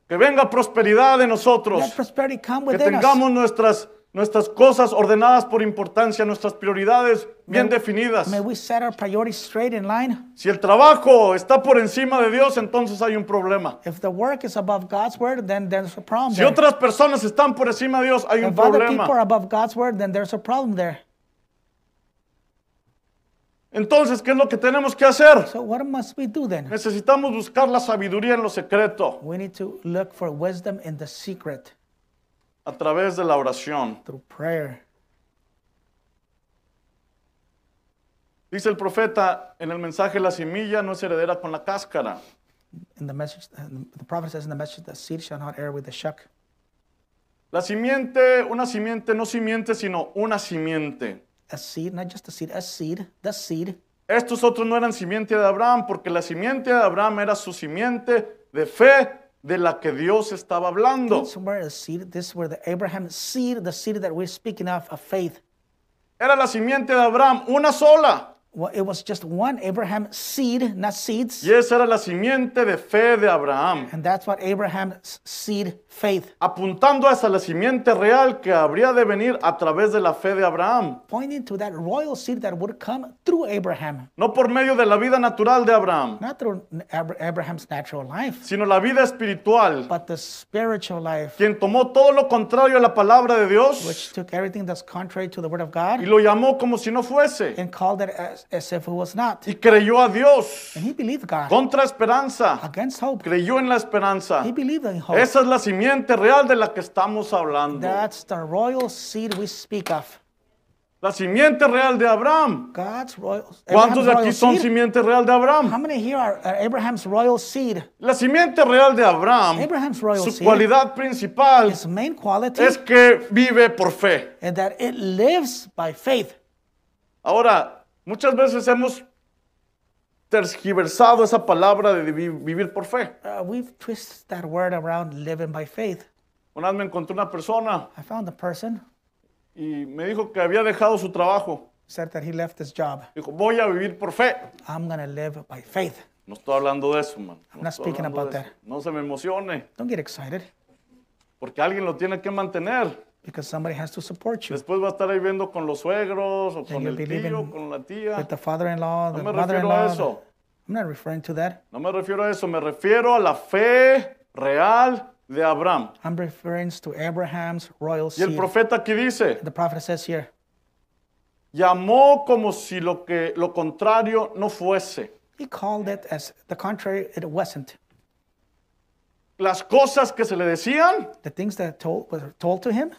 Que venga prosperidad de nosotros. Let prosperity come Que within us. tengamos nuestras, nuestras cosas ordenadas por importancia, nuestras prioridades bien May- definidas. May we set our priorities straight in line. Si el trabajo está por encima de Dios, entonces hay un problema. If the work is above God's word, then there's a problem Si there. otras personas están por encima de Dios, hay un If other people are problema. above God's word, then there's a problem there. Entonces, ¿qué es lo que tenemos que hacer? So what must we do then? Necesitamos buscar la sabiduría en lo secreto, We need to look for wisdom in the secret a través de la oración. through prayer. Dice el profeta en el mensaje, la semilla no es heredera con la cáscara. In the message, the prophet says in the message, the seed shall not err with the shuck. La simiente, una simiente, no simiente, sino una simiente. A seed, not just a seed, a seed, the seed. Estos otros no eran simiente de Abraham, porque la simiente de Abraham era su simiente de fe de la que Dios estaba hablando. Somewhere a seed. This were the Abraham seed, the seed that we're speaking of, of faith. Era la simiente de Abraham, una sola. Well, it was just one Abraham seed, not seeds. Y esa era la simiente de fe de Abraham, And that's what Abraham's seed faith, apuntando hasta la simiente real que habría de venir a través de la fe de Abraham, pointing to that royal seed that would come through Abraham, no por medio de la vida natural de Abraham, not through Abra- Abraham's natural life, sino la vida espiritual, but the spiritual life, quien tomó todo lo contrario a la palabra de Dios which took everything that's contrary to the word of y God lo llamó como si no fuese, and called it as, as if it was not. y creyó a Dios And he believed God contra esperanza, against hope. creyó en la esperanza. He believed in hope. Esa es la simiente real de la que estamos hablando. That's the royal seed we speak of. La simiente real de Abraham. God's royal. ¿Cuántos Abraham's de royal aquí son seed? simiente real de How Abraham? many here are, are Abraham's royal seed? La simiente real de Abraham, Abraham's royal su seed. cualidad principal Its main quality es que vive por fe. is that it lives by faith. Ahora, muchas veces hemos tergiversado esa palabra de vi- vivir por fe. Uh, we've twisted that word around living by faith. Una vez me encontré una persona I found a person y me dijo que había dejado su trabajo. said that he left his job. Dijo, voy a vivir por fe. I'm gonna live by faith. No estoy hablando de eso, man. No not estoy speaking hablando about de eso. No se me emocione, Don't get excited porque alguien lo tiene que mantener. because somebody has to support you. Después va a estar ahí viendo con los suegros, o con you'll el be living tío, con la tía. With the father-in-law, the No me refiero a mother-in-law. eso. I'm not referring to that. No me refiero a eso. Me refiero a la fe real de Abraham. I'm referring to Abraham's royal Y el seed. profeta aquí dice, The prophet says here, llamó como si lo que lo contrario no fuese. he called it as the contrary it wasn't. Las cosas que se le decían The things that told, were told to him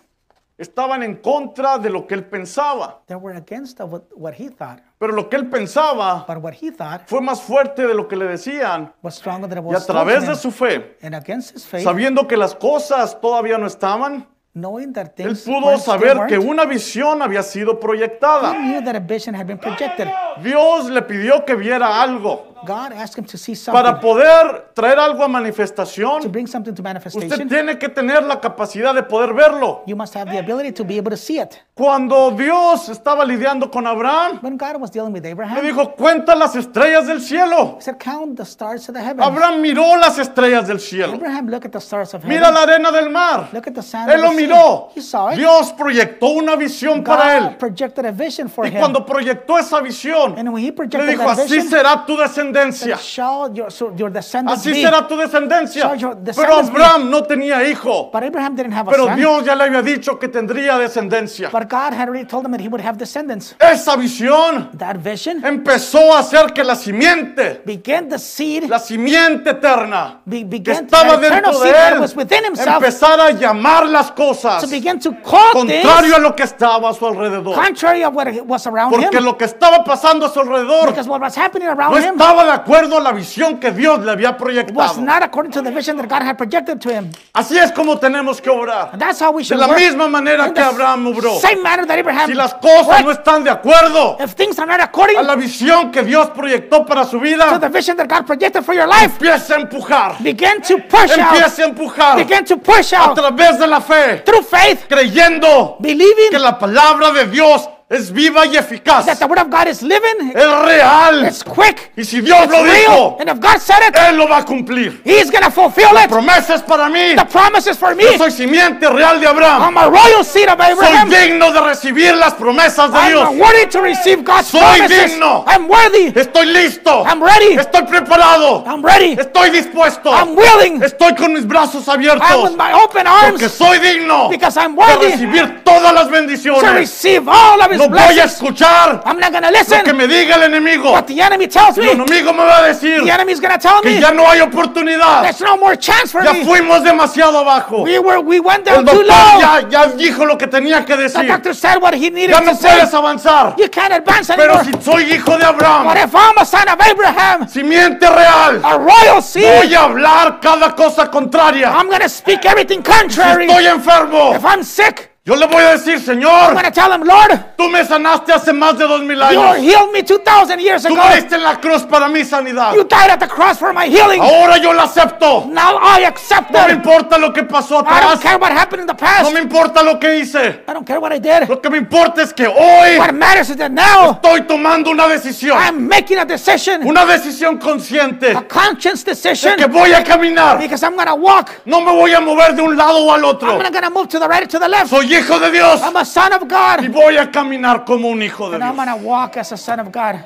estaban en contra de lo que él pensaba, that were against of what, what he thought. pero lo que él pensaba But what he thought fue más fuerte de lo que le decían was stronger than y a was told to través de him. su fe, And against his faith, sabiendo que las cosas todavía no estaban, knowing that él things pudo Pues, weren't- they saber que weren't, una visión había sido he proyectada. knew that a vision had been projected. Dios le pidió que viera algo. God asked him to see Para something, poder traer algo a to manifestación, bring something to usted manifestation. tiene que tener la capacidad de poder verlo. You must have the ability to be able to see it. Cuando Dios estaba lidiando con Abraham, When God was dealing with le Abraham, dijo, cuenta las estrellas del cielo. he said, Count the stars of the heavens. Abraham miró las estrellas del cielo. Abraham, look at the stars of heaven. Mira la arena del mar. Look at the sand. Él lo of the sea. miró. He saw it. Dios proyectó una visión para God él. projected a vision for Y him. cuando proyectó esa visión, and when he le projected dijo, that así vision, será tu descendencia. shall your, so your descendants Así be. será tu descendencia. Shall your Pero descendants be. Abraham no tenía hijo. But Abraham didn't have a Pero son. Dios ya le había dicho que tendría descendencia. But God had already told him that he would have descendants. Esa visión That vision empezó a hacer que la simiente, began the seed, la simiente eterna, be, que began estaba the eternal dentro de seed that was él, within himself empezara a llamar las cosas to begin to call contrario things a lo que estaba a su alrededor. contrary of what was around Porque him. lo que estaba pasando a su alrededor Because what was happening no around him estaba de acuerdo a la visión que Dios le había was proyectado. not according to the vision that God had projected to him. Así es como tenemos que obrar. And that's how we De should la work. misma manera In que the Abraham obró. Same manner that Abraham. Si las cosas worked. no están de acuerdo if things are not according a la visión que Dios proyectó para su to vida, the vision that God projected for your life, empieza a empujar. begin to push out. Empieza a empujar Begin to push a out través de la fe, through faith, creyendo que believing la palabra de Dios es viva y eficaz, that the word of God is living. es real. It's quick. Y si Dios lo it's dijo, real. And if God said it, Él lo va a cumplir. He's gonna fulfill it. Promesas para mí. The promise is for me. Yo soy simiente real de Abraham. I'm a royal seed of Soy Abraham. digno de recibir las promesas de I'm Dios. worthy to receive God's Soy promises. digno. I'm worthy. Estoy listo. I'm ready. Estoy preparado. I'm ready. Estoy dispuesto. I'm willing. Estoy con mis brazos I'm with abiertos. my open arms Porque soy digno because I'm de worthy recibir todas las to bendiciones. receive all of His No voy a blessings. escuchar I'm not gonna lo que listen. me diga el enemigo. But the enemy tells El me. enemigo me va a decir The enemy's gonna tell que me ya no hay oportunidad. there's no more chance for Ya me. fuimos demasiado abajo. We were we went El down too doctor low. ya, ya dijo lo que tenía que The decir. doctor said what he needed Ya to no say. puedes avanzar. You can't advance Pero anymore. si soy hijo de But Abraham, if I'm a son of Abraham, simiente real, a royal seed, voy a hablar cada cosa contraria. I'm gonna speak everything Si contrary. estoy enfermo, If I'm sick, yo le voy a decir, I'm Señor, gonna tell him, Lord, tú me sanaste hace más de dos mil you años. healed me 2,000 years Tú ago. moriste en la cruz para mi sanidad. You died at the cross for my healing. Ahora yo la acepto. Now I accept Oh. No me that. importa lo que pasó I atrás. don't care what happened in the No past. me importa lo que hice. I don't care what I did. Lo que me importa es que hoy What matters is that now estoy tomando una decisión. I'm making a decision, Una decisión consciente. a conscience de decision, que voy a caminar. because I'm gonna walk. No me voy a mover de un lado o al I'm otro. not gonna move to the right or to the left. Soy hijo de Dios I'm a son of y God. voy a caminar como un hijo de And I'm Dios. gonna walk as a son of God.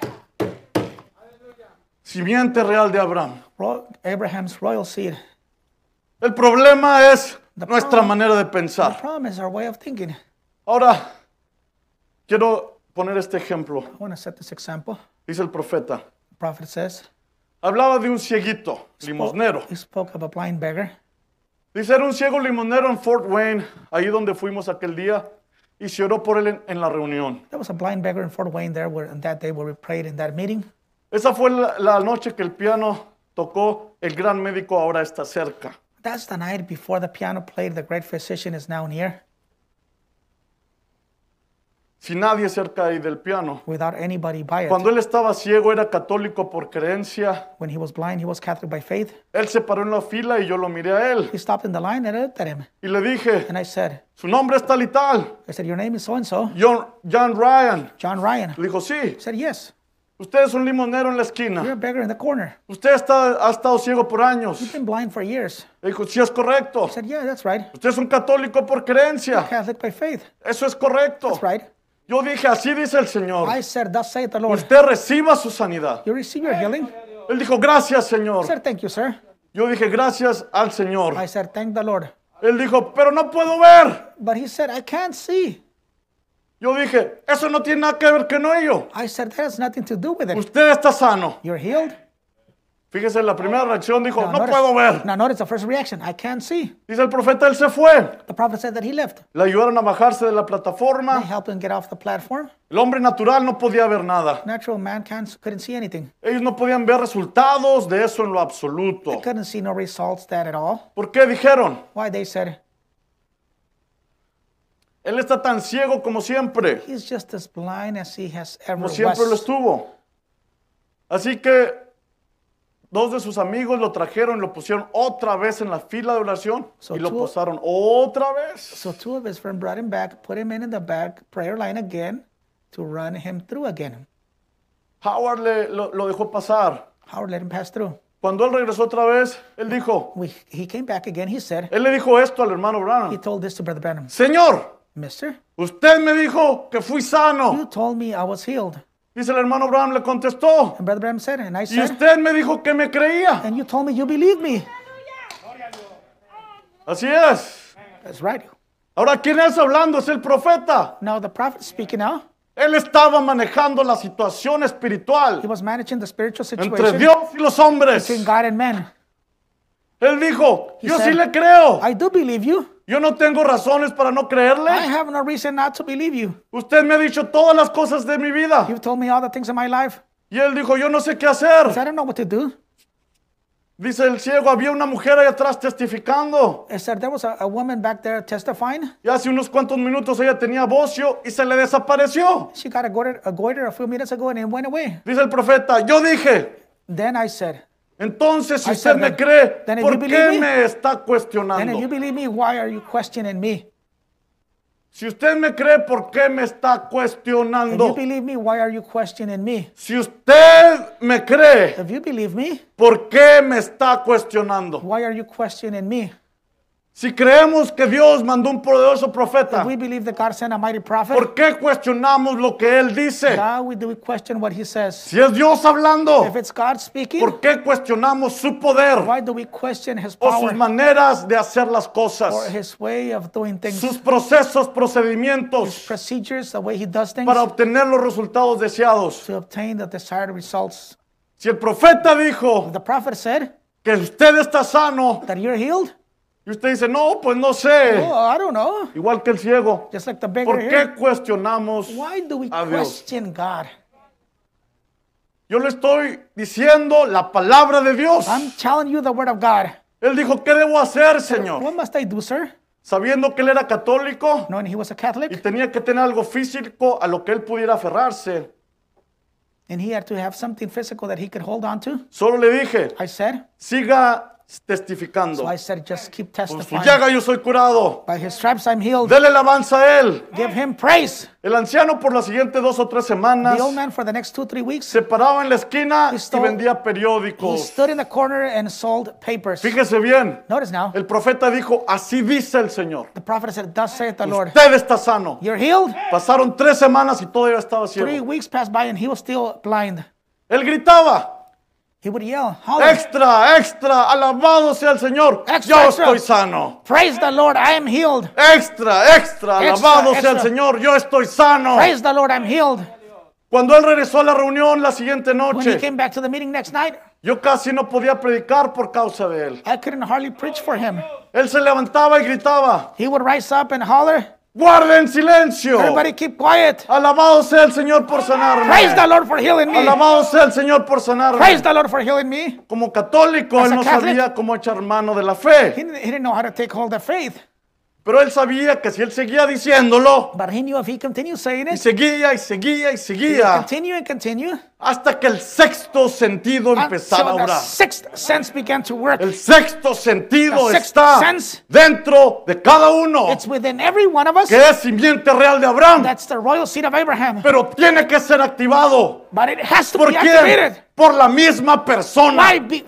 Simiente real de Abraham. Ro- Abraham's royal seed. El problema es nuestra manera de pensar. Promise our way of thinking. Ahora, quiero poner este ejemplo. I want to set this example. Dice el profeta. The prophet says Hablaba de un cieguito, limosnero. he spoke of a blind beggar. Dice, era un ciego limonero en Fort Wayne, ahí donde fuimos aquel día, y se oró por él en, en la reunión. There was a blind beggar in Fort Wayne there where, on that day where we prayed in that meeting. Esa fue la, la noche que el piano tocó El Gran Médico Ahora Está Cerca. That's the night before the piano played, The Great Physician is Now Near, Sin nadie cerca ahí del piano. without anybody by it. Cuando él estaba ciego, era católico por creencia. When he was blind, he was Catholic by faith. Él se paró en la fila y yo lo miré a él. He stopped in the line and I looked at him. Y le dije, And I said, su nombre es tal y tal. I said, Your name is so and so, John, John Ryan. John Ryan. He Le dijo, sí, said, Yes, usted es un limonero en la esquina. you're a beggar in the corner. Usted está, ha estado ciego por años. You've been blind for years. Le dijo, sí, es correcto. I said, Yeah, that's right. Usted es un católico por creencia. Catholic by faith. Eso es correcto. That's right. Yo dije, así dice el Señor. I said, Thus saith the Lord. Usted reciba su sanidad. You receive your healing. I Él dijo, gracias, Señor. said, Thank you, sir. Yo dije, gracias al Señor. I said, Thank the Lord. Él dijo, pero no puedo ver. But he said, I can't see. Yo dije, eso no tiene nada que ver con ello. I said, That has nothing to do with it. Usted está sano. You're healed. Fíjese, la primera reacción dijo, no notice- puedo ver. Now notice the first reaction. I can't see. Dice el profeta, él se fue. The prophet said that he left. Le ayudaron a bajarse de la I plataforma. helped him get off the platform. El hombre natural no podía ver nada. Natural man can't, couldn't see anything. Ellos no podían ver resultados de eso en lo absoluto. Couldn't see no results that at all. ¿Por qué dijeron? Why they said Él está tan ciego como siempre. he's just as blind as he has ever Como siempre lo was. estuvo. Así que dos de sus amigos lo trajeron, lo pusieron otra vez en la fila de oración So y lo tú- posaron otra vez. So two of his friends brought him back, put him in, in the back prayer line again to run him through again. Howard le- lo, lo dejó pasar. Howard let him pass through. Cuando él regresó otra vez, él dijo, We, he came back again. He said, él le dijo esto al hermano he Branham. told this to Brother Branham, Señor, Mister, usted me dijo que fui sano. you told me I was healed. Dice el hermano Abraham, le contestó. And Brother Bram said, and I Y said, usted me dijo que me creía. and you told me you believe me. Así es. That's right. Ahora, ¿quién es hablando? Es el profeta. Now the prophet speaking now. Él estaba manejando la situación espiritual He was managing the spiritual entre situation Dios y los hombres. between God and men. Él dijo, yo Pues, sí said, le creo. I do believe you. Yo no tengo razones para no I creerle. have no reason not to believe you. Usted me ha dicho todas las cosas de mi vida. You've told me all the things in my life. Y él dijo, yo no sé qué I hacer. said, I don't know what to do. Dice el ciego, había una mujer ahí atrás testificando. I said, there was a, a woman back there testifying. Y hace unos cuantos minutos ella tenía bocio y se le desapareció. She got a goiter, a goiter a few minutes ago and it went away. Dice el profeta, yo dije, Then I said, entonces si I usted said me that. cree, Then if ¿por you qué believe me? me está and if you cuestionando? believe me, why are you questioning me? Si usted me cree, ¿por qué me está If you cuestionando? believe me, why are you questioning me? Si usted me cree, If you believe me, ¿por qué me está cuestionando? why are you questioning me? Si creemos que Dios mandó un poderoso profeta, If we believe that God sent a mighty prophet, Ah. ¿por qué cuestionamos lo que él dice? now we do question what he says. Si es Dios hablando, If it's God speaking, ¿por Oh, qué cuestionamos su poder why do we question his o sus power maneras de hacer las or cosas? his way of doing things, Sus procesos, procedimientos procedures, the way he does things para obtener los resultados deseados. to obtain the desired results? Si el profeta dijo The prophet said que usted está sano that you're healed. y usted dice, no, pues no sé, Oh, I don't know. igual que el ciego, Just like the Eh. beggar ¿por here. qué cuestionamos? Why do we a Dios? question God? Yo le estoy diciendo la palabra de Dios. I'm telling you the word of God. Él dijo, ¿qué debo hacer, Señor? What must I do, sir? Sabiendo que él era católico, Knowing he was a y Catholic tenía que tener algo físico a lo que él pudiera aferrarse. and he had to have something physical that he could hold on to, Solo le dije, I said. siga testificando. So I said, just keep Por su testifying. llaga yo soy curado. By his stripes I'm healed. Dele alabanza a él. Give him praise. El anciano por las siguientes dos o tres semanas The old man for the next two, three weeks, se paraba en la esquina y stole- vendía he periódicos. stood in the corner and sold papers. Fíjese bien, Notice now, el profeta dijo, así dice el Señor. the prophet said, Thus saith the Lord. Usted está sano. You're healed. Pasaron tres semanas y todavía estaba Three ciego. weeks passed by and he was still blind. Él gritaba, He would yell, Holler, extra, extra, alabado sea el Señor. Extra, Yo extra. estoy sano. Praise the Lord, I am healed. Extra, extra, alabado sea el extra. Señor, yo estoy sano. Praise the Lord, I'm healed. Cuando él regresó a la reunión la siguiente When he noche, came back to the meeting next night, yo casi no podía predicar por causa de él. I couldn't hardly preach for him. Él se levantaba y gritaba, He would rise up and holler, guarden silencio. Everybody keep quiet. Alabado sea el Señor por Praise the sanarme. Lord for healing me. Alabado sea el Señor por Praise sanarme. the Lord for healing me. Como católico, él a no Catholic. sabía cómo echar mano de la fe, He didn't, he didn't know how to take hold of faith, pero él sabía que si él seguía diciéndolo, but he knew if he continued saying y it, seguía y seguía y seguía, continue and continue, hasta que el sexto sentido Ah, empezara a until the obrar. sixth sense began to work. El sexto sentido The sixth está sense. dentro de cada uno, It's within every one of us. que es simiente real de Abraham, That's the royal seed of Abraham, pero tiene que ser activado. but it has to ¿Por be activated quién? Por la misma persona. by, be,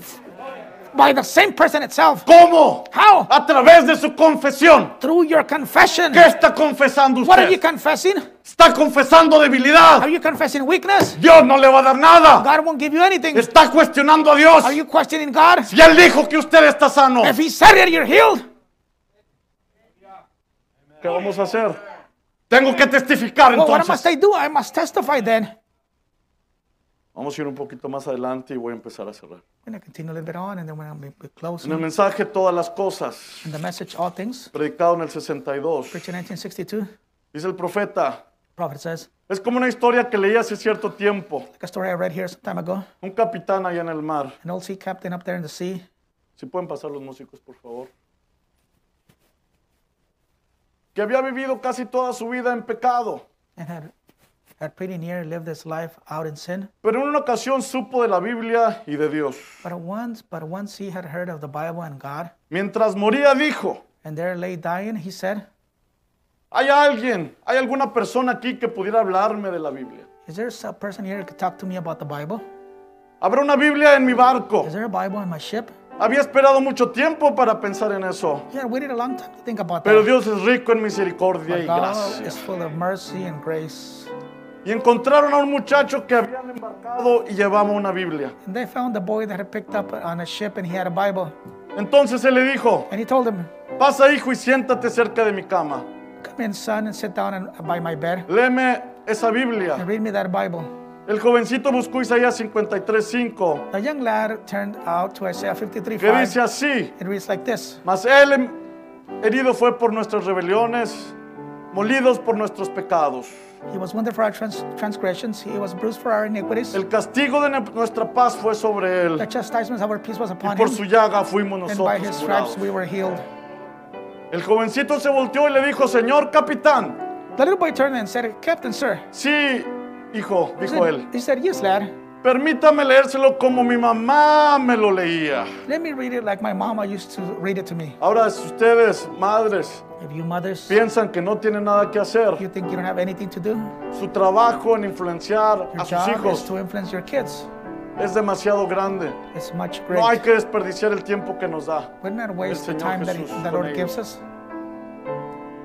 by the same person itself. ¿Cómo? How? A través de su confesión. Through your confession. ¿Qué está confesando What are you usted? confessing? Está confesando Are debilidad. you confessing weakness? Dios no le va a dar nada. God won't give you anything. Está cuestionando a Dios. Are you questioning God? Y él dijo que usted está sano. If He said it, you're healed. ¿Qué vamos a hacer? Tengo que testificar Well, what must entonces. I do? I must testify then. I'm Vamos a ir un poquito más adelante y voy a empezar a cerrar. going to continue a little bit on and then we're going to be En el closing. mensaje Todas las cosas, And the message, all things. predicado en el 62. Preaching 1962. Dice el profeta, Prophet says, es como una historia que leí hace cierto tiempo. like a story I read here some time ago. Un capitán allá en el mar. An old sea captain up there in the sea. Si pueden pasar los músicos, por favor. Que había vivido casi toda su vida en pecado, and had, had pretty near lived his life out in sin. pero en una ocasión supo de la Biblia y de Dios. But once, but once he had heard of the Bible and God, Mientras moría dijo, and there lay dying, he said, hay alguien, hay alguna persona aquí que pudiera hablarme de la Biblia. "Is there a person here who could talk to me about the Bible? Habrá una Biblia en mi barco. Is there a Bible on my ship?" Había esperado mucho tiempo para pensar en eso, Yeah, I waited a long time to think about pero that. Dios es rico en misericordia y God gracia. is full of mercy and grace. Y encontraron a un muchacho que habían embarcado y llevaba una Biblia. And they found the boy that had picked up on a ship and he had a Bible. Entonces él le dijo, And he told him, pasa hijo y siéntate cerca de mi cama. Come in, son, and sit down and, uh, by my bed Léeme esa Biblia. and read me that Bible. El jovencito buscó Isaías 53.5, The young lad turned out to Isaiah 53 que dice 5. así, It reads like this mas él em- herido fue por nuestras rebeliones, molidos por nuestros pecados. He was wounded for our trans- transgressions, he was bruised for our iniquities. El castigo de ne- nuestra paz fue sobre The él, chastisement of our peace was y upon por him, su llaga fuimos and by his nosotros stripes curados. we were healed. El jovencito se volteó y le dijo, Señor capitán, The little boy turned and said, Captain, sir. sí, hijo, He dijo él, said, he said, Yes, lad. permítame leérselo como mi mamá me lo leía. Let me read it like my mama used to read it to me. Ahora, si ustedes, madres, If you mothers, piensan que no tienen nada que hacer, you think you don't have anything to do, su trabajo en influenciar a your sus job is hijos to influence your kids. es demasiado grande. It's much No hay great. que desperdiciar el tiempo que nos da. We're not waste the Señor time that he- Jesús the con Lord gives us.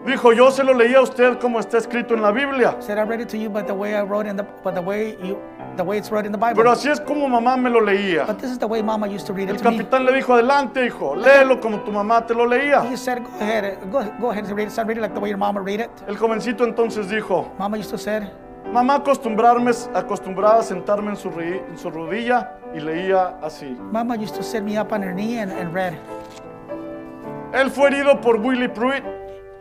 Dijo, yo se lo leía a usted como está escrito en la Biblia, Said I read it to you, but the way I wrote in the, but the way you, the way it's wrote in the Bible. pero así es como mamá me lo leía. But this is the way Mama used to read it El to me. capitán le dijo, adelante, hijo, léelo como tu mamá te lo leía. He said, go ahead, go, go ahead and read it. Son, read it like the way your mama read it. El jovencito entonces dijo, Mama used to said, mamá acostumbrarme, acostumbraba a sentarme en su, ri- en su rodilla y leía así. Mama used to sit me up on her knee and, and read. Él fue herido por Willy Pruitt,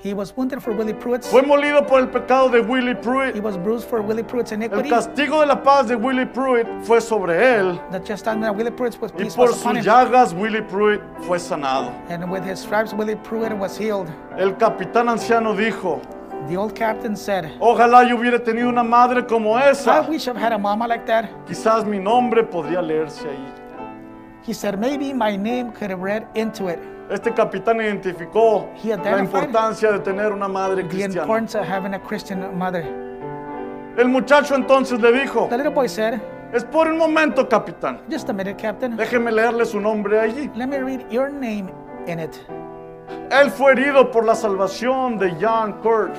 He was wounded for Willie Pruitt's. fue molido por el pecado de Willy He Pruitt. was bruised for Willie Pruitt's El iniquity. castigo de la paz de Willy Pruitt fue sobre él The chastisement of Willie Pruitt was y peace por was upon sus him. llagas Willy Pruitt fue sanado. And with his stripes, Willie Pruitt was healed. El capitán anciano dijo, The old captain said, ojalá yo hubiera tenido una madre como I esa. wish I've had a mama like that. Quizás mi nombre podría leerse ahí. He said, maybe my name could have read into it. Este capitán identificó He la identified importancia de tener una madre The cristiana. importance of having a Christian mother. El muchacho entonces le dijo, The little boy said, es por un momento, capitán. Just a minute, Captain. Déjeme leerle su nombre allí. Let me read your name in it. Él fue herido por la salvación de John Kurt.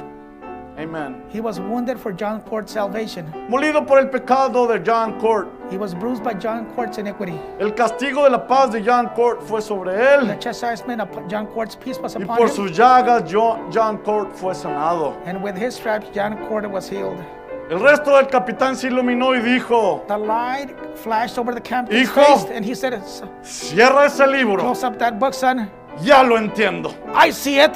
Amén. He was wounded for John Court's salvation. Molido por el pecado de John Court. He was bruised by John Court's iniquity. El castigo de la paz de John Court fue sobre The él. chastisement of John Court's peace was Y upon por him. sus llagas Jo- John Court fue sanado. And with his stripes, John Court was healed. El resto del capitán se iluminó y dijo, The light flashed over the captain's Hijo. face, and he said, "S- cierra ese libro. Close up that book, son. Ya lo entiendo. I see it.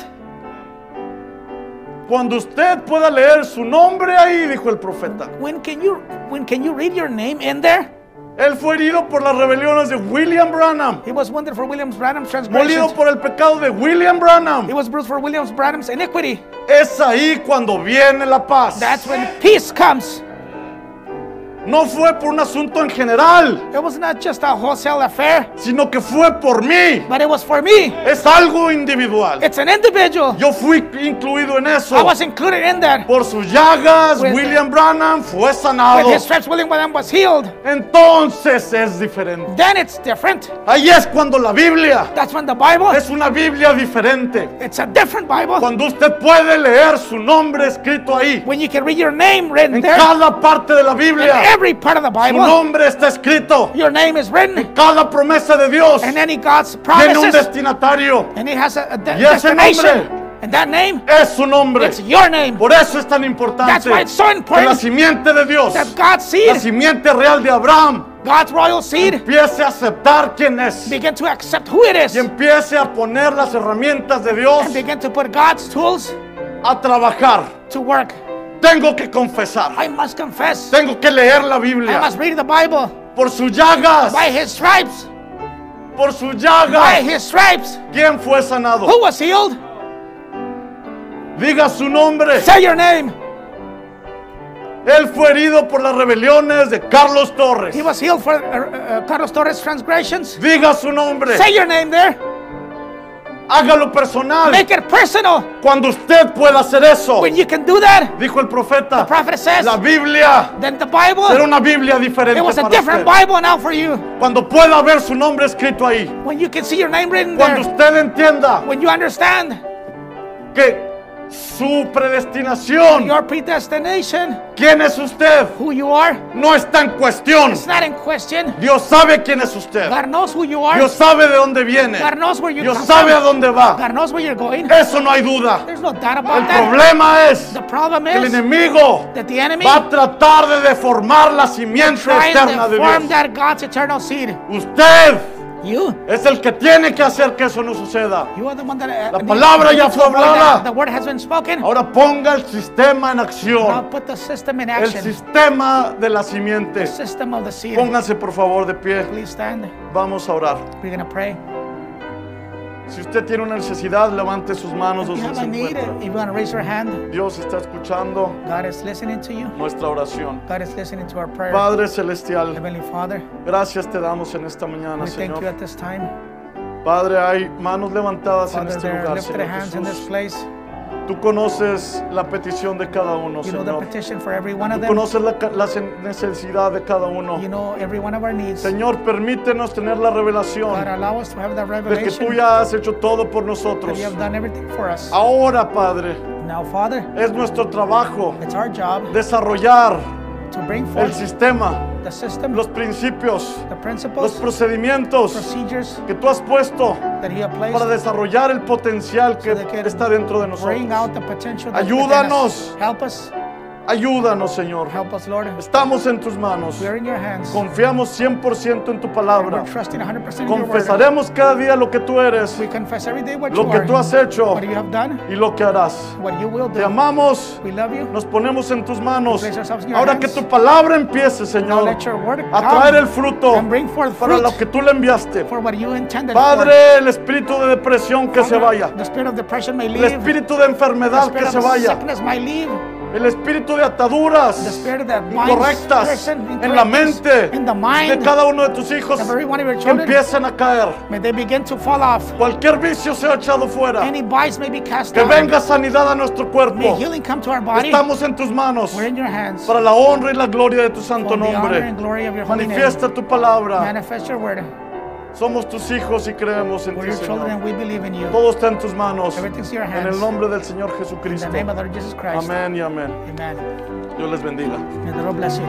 Cuando usted pueda leer su nombre ahí, dijo el profeta. When can you when can you read your name in there? Él fue herido por las rebeliones de William Branham. He was wounded for Williams Branham's transgressions. Molido por el pecado de William Branham. He was bruised for Williams Branham's iniquity. Es ahí cuando viene la paz. That's when peace comes. No fue por un asunto en general, It was not just a wholesale affair, sino que fue por mí. but it was for me. Es algo individual. It's an individual. Yo fui incluido en I eso. was included in that. Por sus llagas, With- William Branham fue With sanado. his stripes, William Branham was healed. Entonces es diferente. Then it's different. Ahí es cuando la Biblia That's when the Bible. es una Biblia diferente. It's a different Bible. Cuando usted puede leer su nombre escrito ahí, When you can read your name written en there. cada parte de la In Biblia, every part of the su Bible, nombre está escrito. your name is written. Cada promesa de Dios And any God's tiene un promises. destinatario. And it has a, a de- Y ese destination. nombre. And that name, Es su nombre. it's your name. Por eso es tan importante That's why it's so que la important simiente de Dios, that God's la seed, simiente real de Abraham, God's royal seed, empiece a aceptar quién es y begin to accept who it is. empiece a poner las herramientas de Dios And begin to put God's tools a trabajar. to work. Tengo que confesar, I must confess. tengo que leer la I Biblia must read the Bible. por sus llagas, By his stripes. por sus By llagas. his stripes. ¿Quién fue sanado? Who was healed? Diga su nombre. Say your name. Él fue herido por las rebeliones de Carlos Torres. He was healed for uh, uh, Carlos Torres' transgressions. Diga su nombre. Say your name there. Hágalo personal. Make it personal. Cuando usted pueda hacer eso, When you can do that, dijo el the profeta, prophet says, la Biblia then the Era Bible, una Biblia diferente. it was a para different usted. Bible now for you. Cuando pueda ver su nombre escrito ahí. When you can see your name written Cuando there. usted entienda When you understand que su predestinación. Your predestination, ¿Quién es usted? who you are, No está en cuestión. it's not in question. Dios sabe quién es usted. God knows who you are. Dios sabe de dónde viene. God knows where you Dios come sabe a from. dónde va. God knows where you're going. Eso no hay duda. There's no doubt El about that. problema es The problem que el is enemigo that the enemy va a tratar de deformar la simiente trying externa to de form Dios. that God's eternal seed. Usted You, es el que tiene que hacer que eso no suceda. you are the one that. La palabra ya needs to fue avoid that. hablada. The word has been spoken. Ahora ponga el sistema en Now acción. put the system in El action. sistema de la simiente. System of the seed. Pónganse por favor de pie. Please stand. Vamos a orar. We're gonna pray. Si usted tiene una necesidad, levante sus manos If you donde have se a eh. need, encuentra. if you wanna raise your hand, Dios está escuchando God is listening to you. nuestra oración. God is listening to our prayer. Padre Celestial, Heavenly Father, gracias te damos en esta mañana, we thank you Señor. at this time. Padre, hay manos levantadas en Father, este there are lugar, lifted Señor hands in this Jesús. Oh, place. Tú conoces la petición de cada uno, You know the Señor. petition for every one of Tú them. conoces la, ca- la sen- necesidad de cada You uno. know every one of our needs. Señor, permítenos tener la God, revelación allow us to have that de que tú Ah. revelation ya has hecho todo por that nosotros. you have done everything for us. Ahora, Padre, Now, Father, es nuestro trabajo it's our job desarrollar to bring el forth sistema, the system, los principios, the los principles, pues- procedimientos procedures que tú has puesto that you have para placed desarrollar el potencial que so they can está dentro de bring nosotros. out the potential that's within us. Ayúdanos. Help us, Ayúdanos, Señor. help us, Lord. Estamos en tus manos. We are in your hands. Confiamos 100% en tu palabra. We're trusting 100% in your word. Confesaremos cada día lo que tú eres, We confess every day what you lo que are, tú has hecho what you have done, y lo que harás. what you will Te do. amamos, We love you. nos ponemos en tus manos. place ourselves in your Ahora que hands. tu palabra empiece, Now Señor, let your word a traer el come fruto and bring forth para fruit lo que tú le enviaste. for what you intended for. Padre, el espíritu de depresión que se vaya, The spirit of depression may el leave. espíritu de the enfermedad spirit que of se vaya, sickness may leave. el espíritu de The ataduras spirit that binds correctas person en la incorrectness mente in the de mind cada uno de tus hijos of every one of your que children. empiecen a caer. May they begin to fall off. Cualquier vicio sea echado fuera. Any bites may be cast Que out. venga sanidad a nuestro May cuerpo. healing come to our body. Estamos en tus manos We're in your hands. para la honra y la gloria de tu santo For the honor and nombre. glory of your holy name. Manifiesta tu palabra. Manifest your word. Somos tus hijos y creemos en We're ti, your children and Señor. we believe in you. Todo está en tus manos. Everything's in your En hands. el nombre del Señor In the Jesucristo. name of the Lord Jesus Christ. Amén y amén. Amen. Dios les bendiga. May the Lord bless you.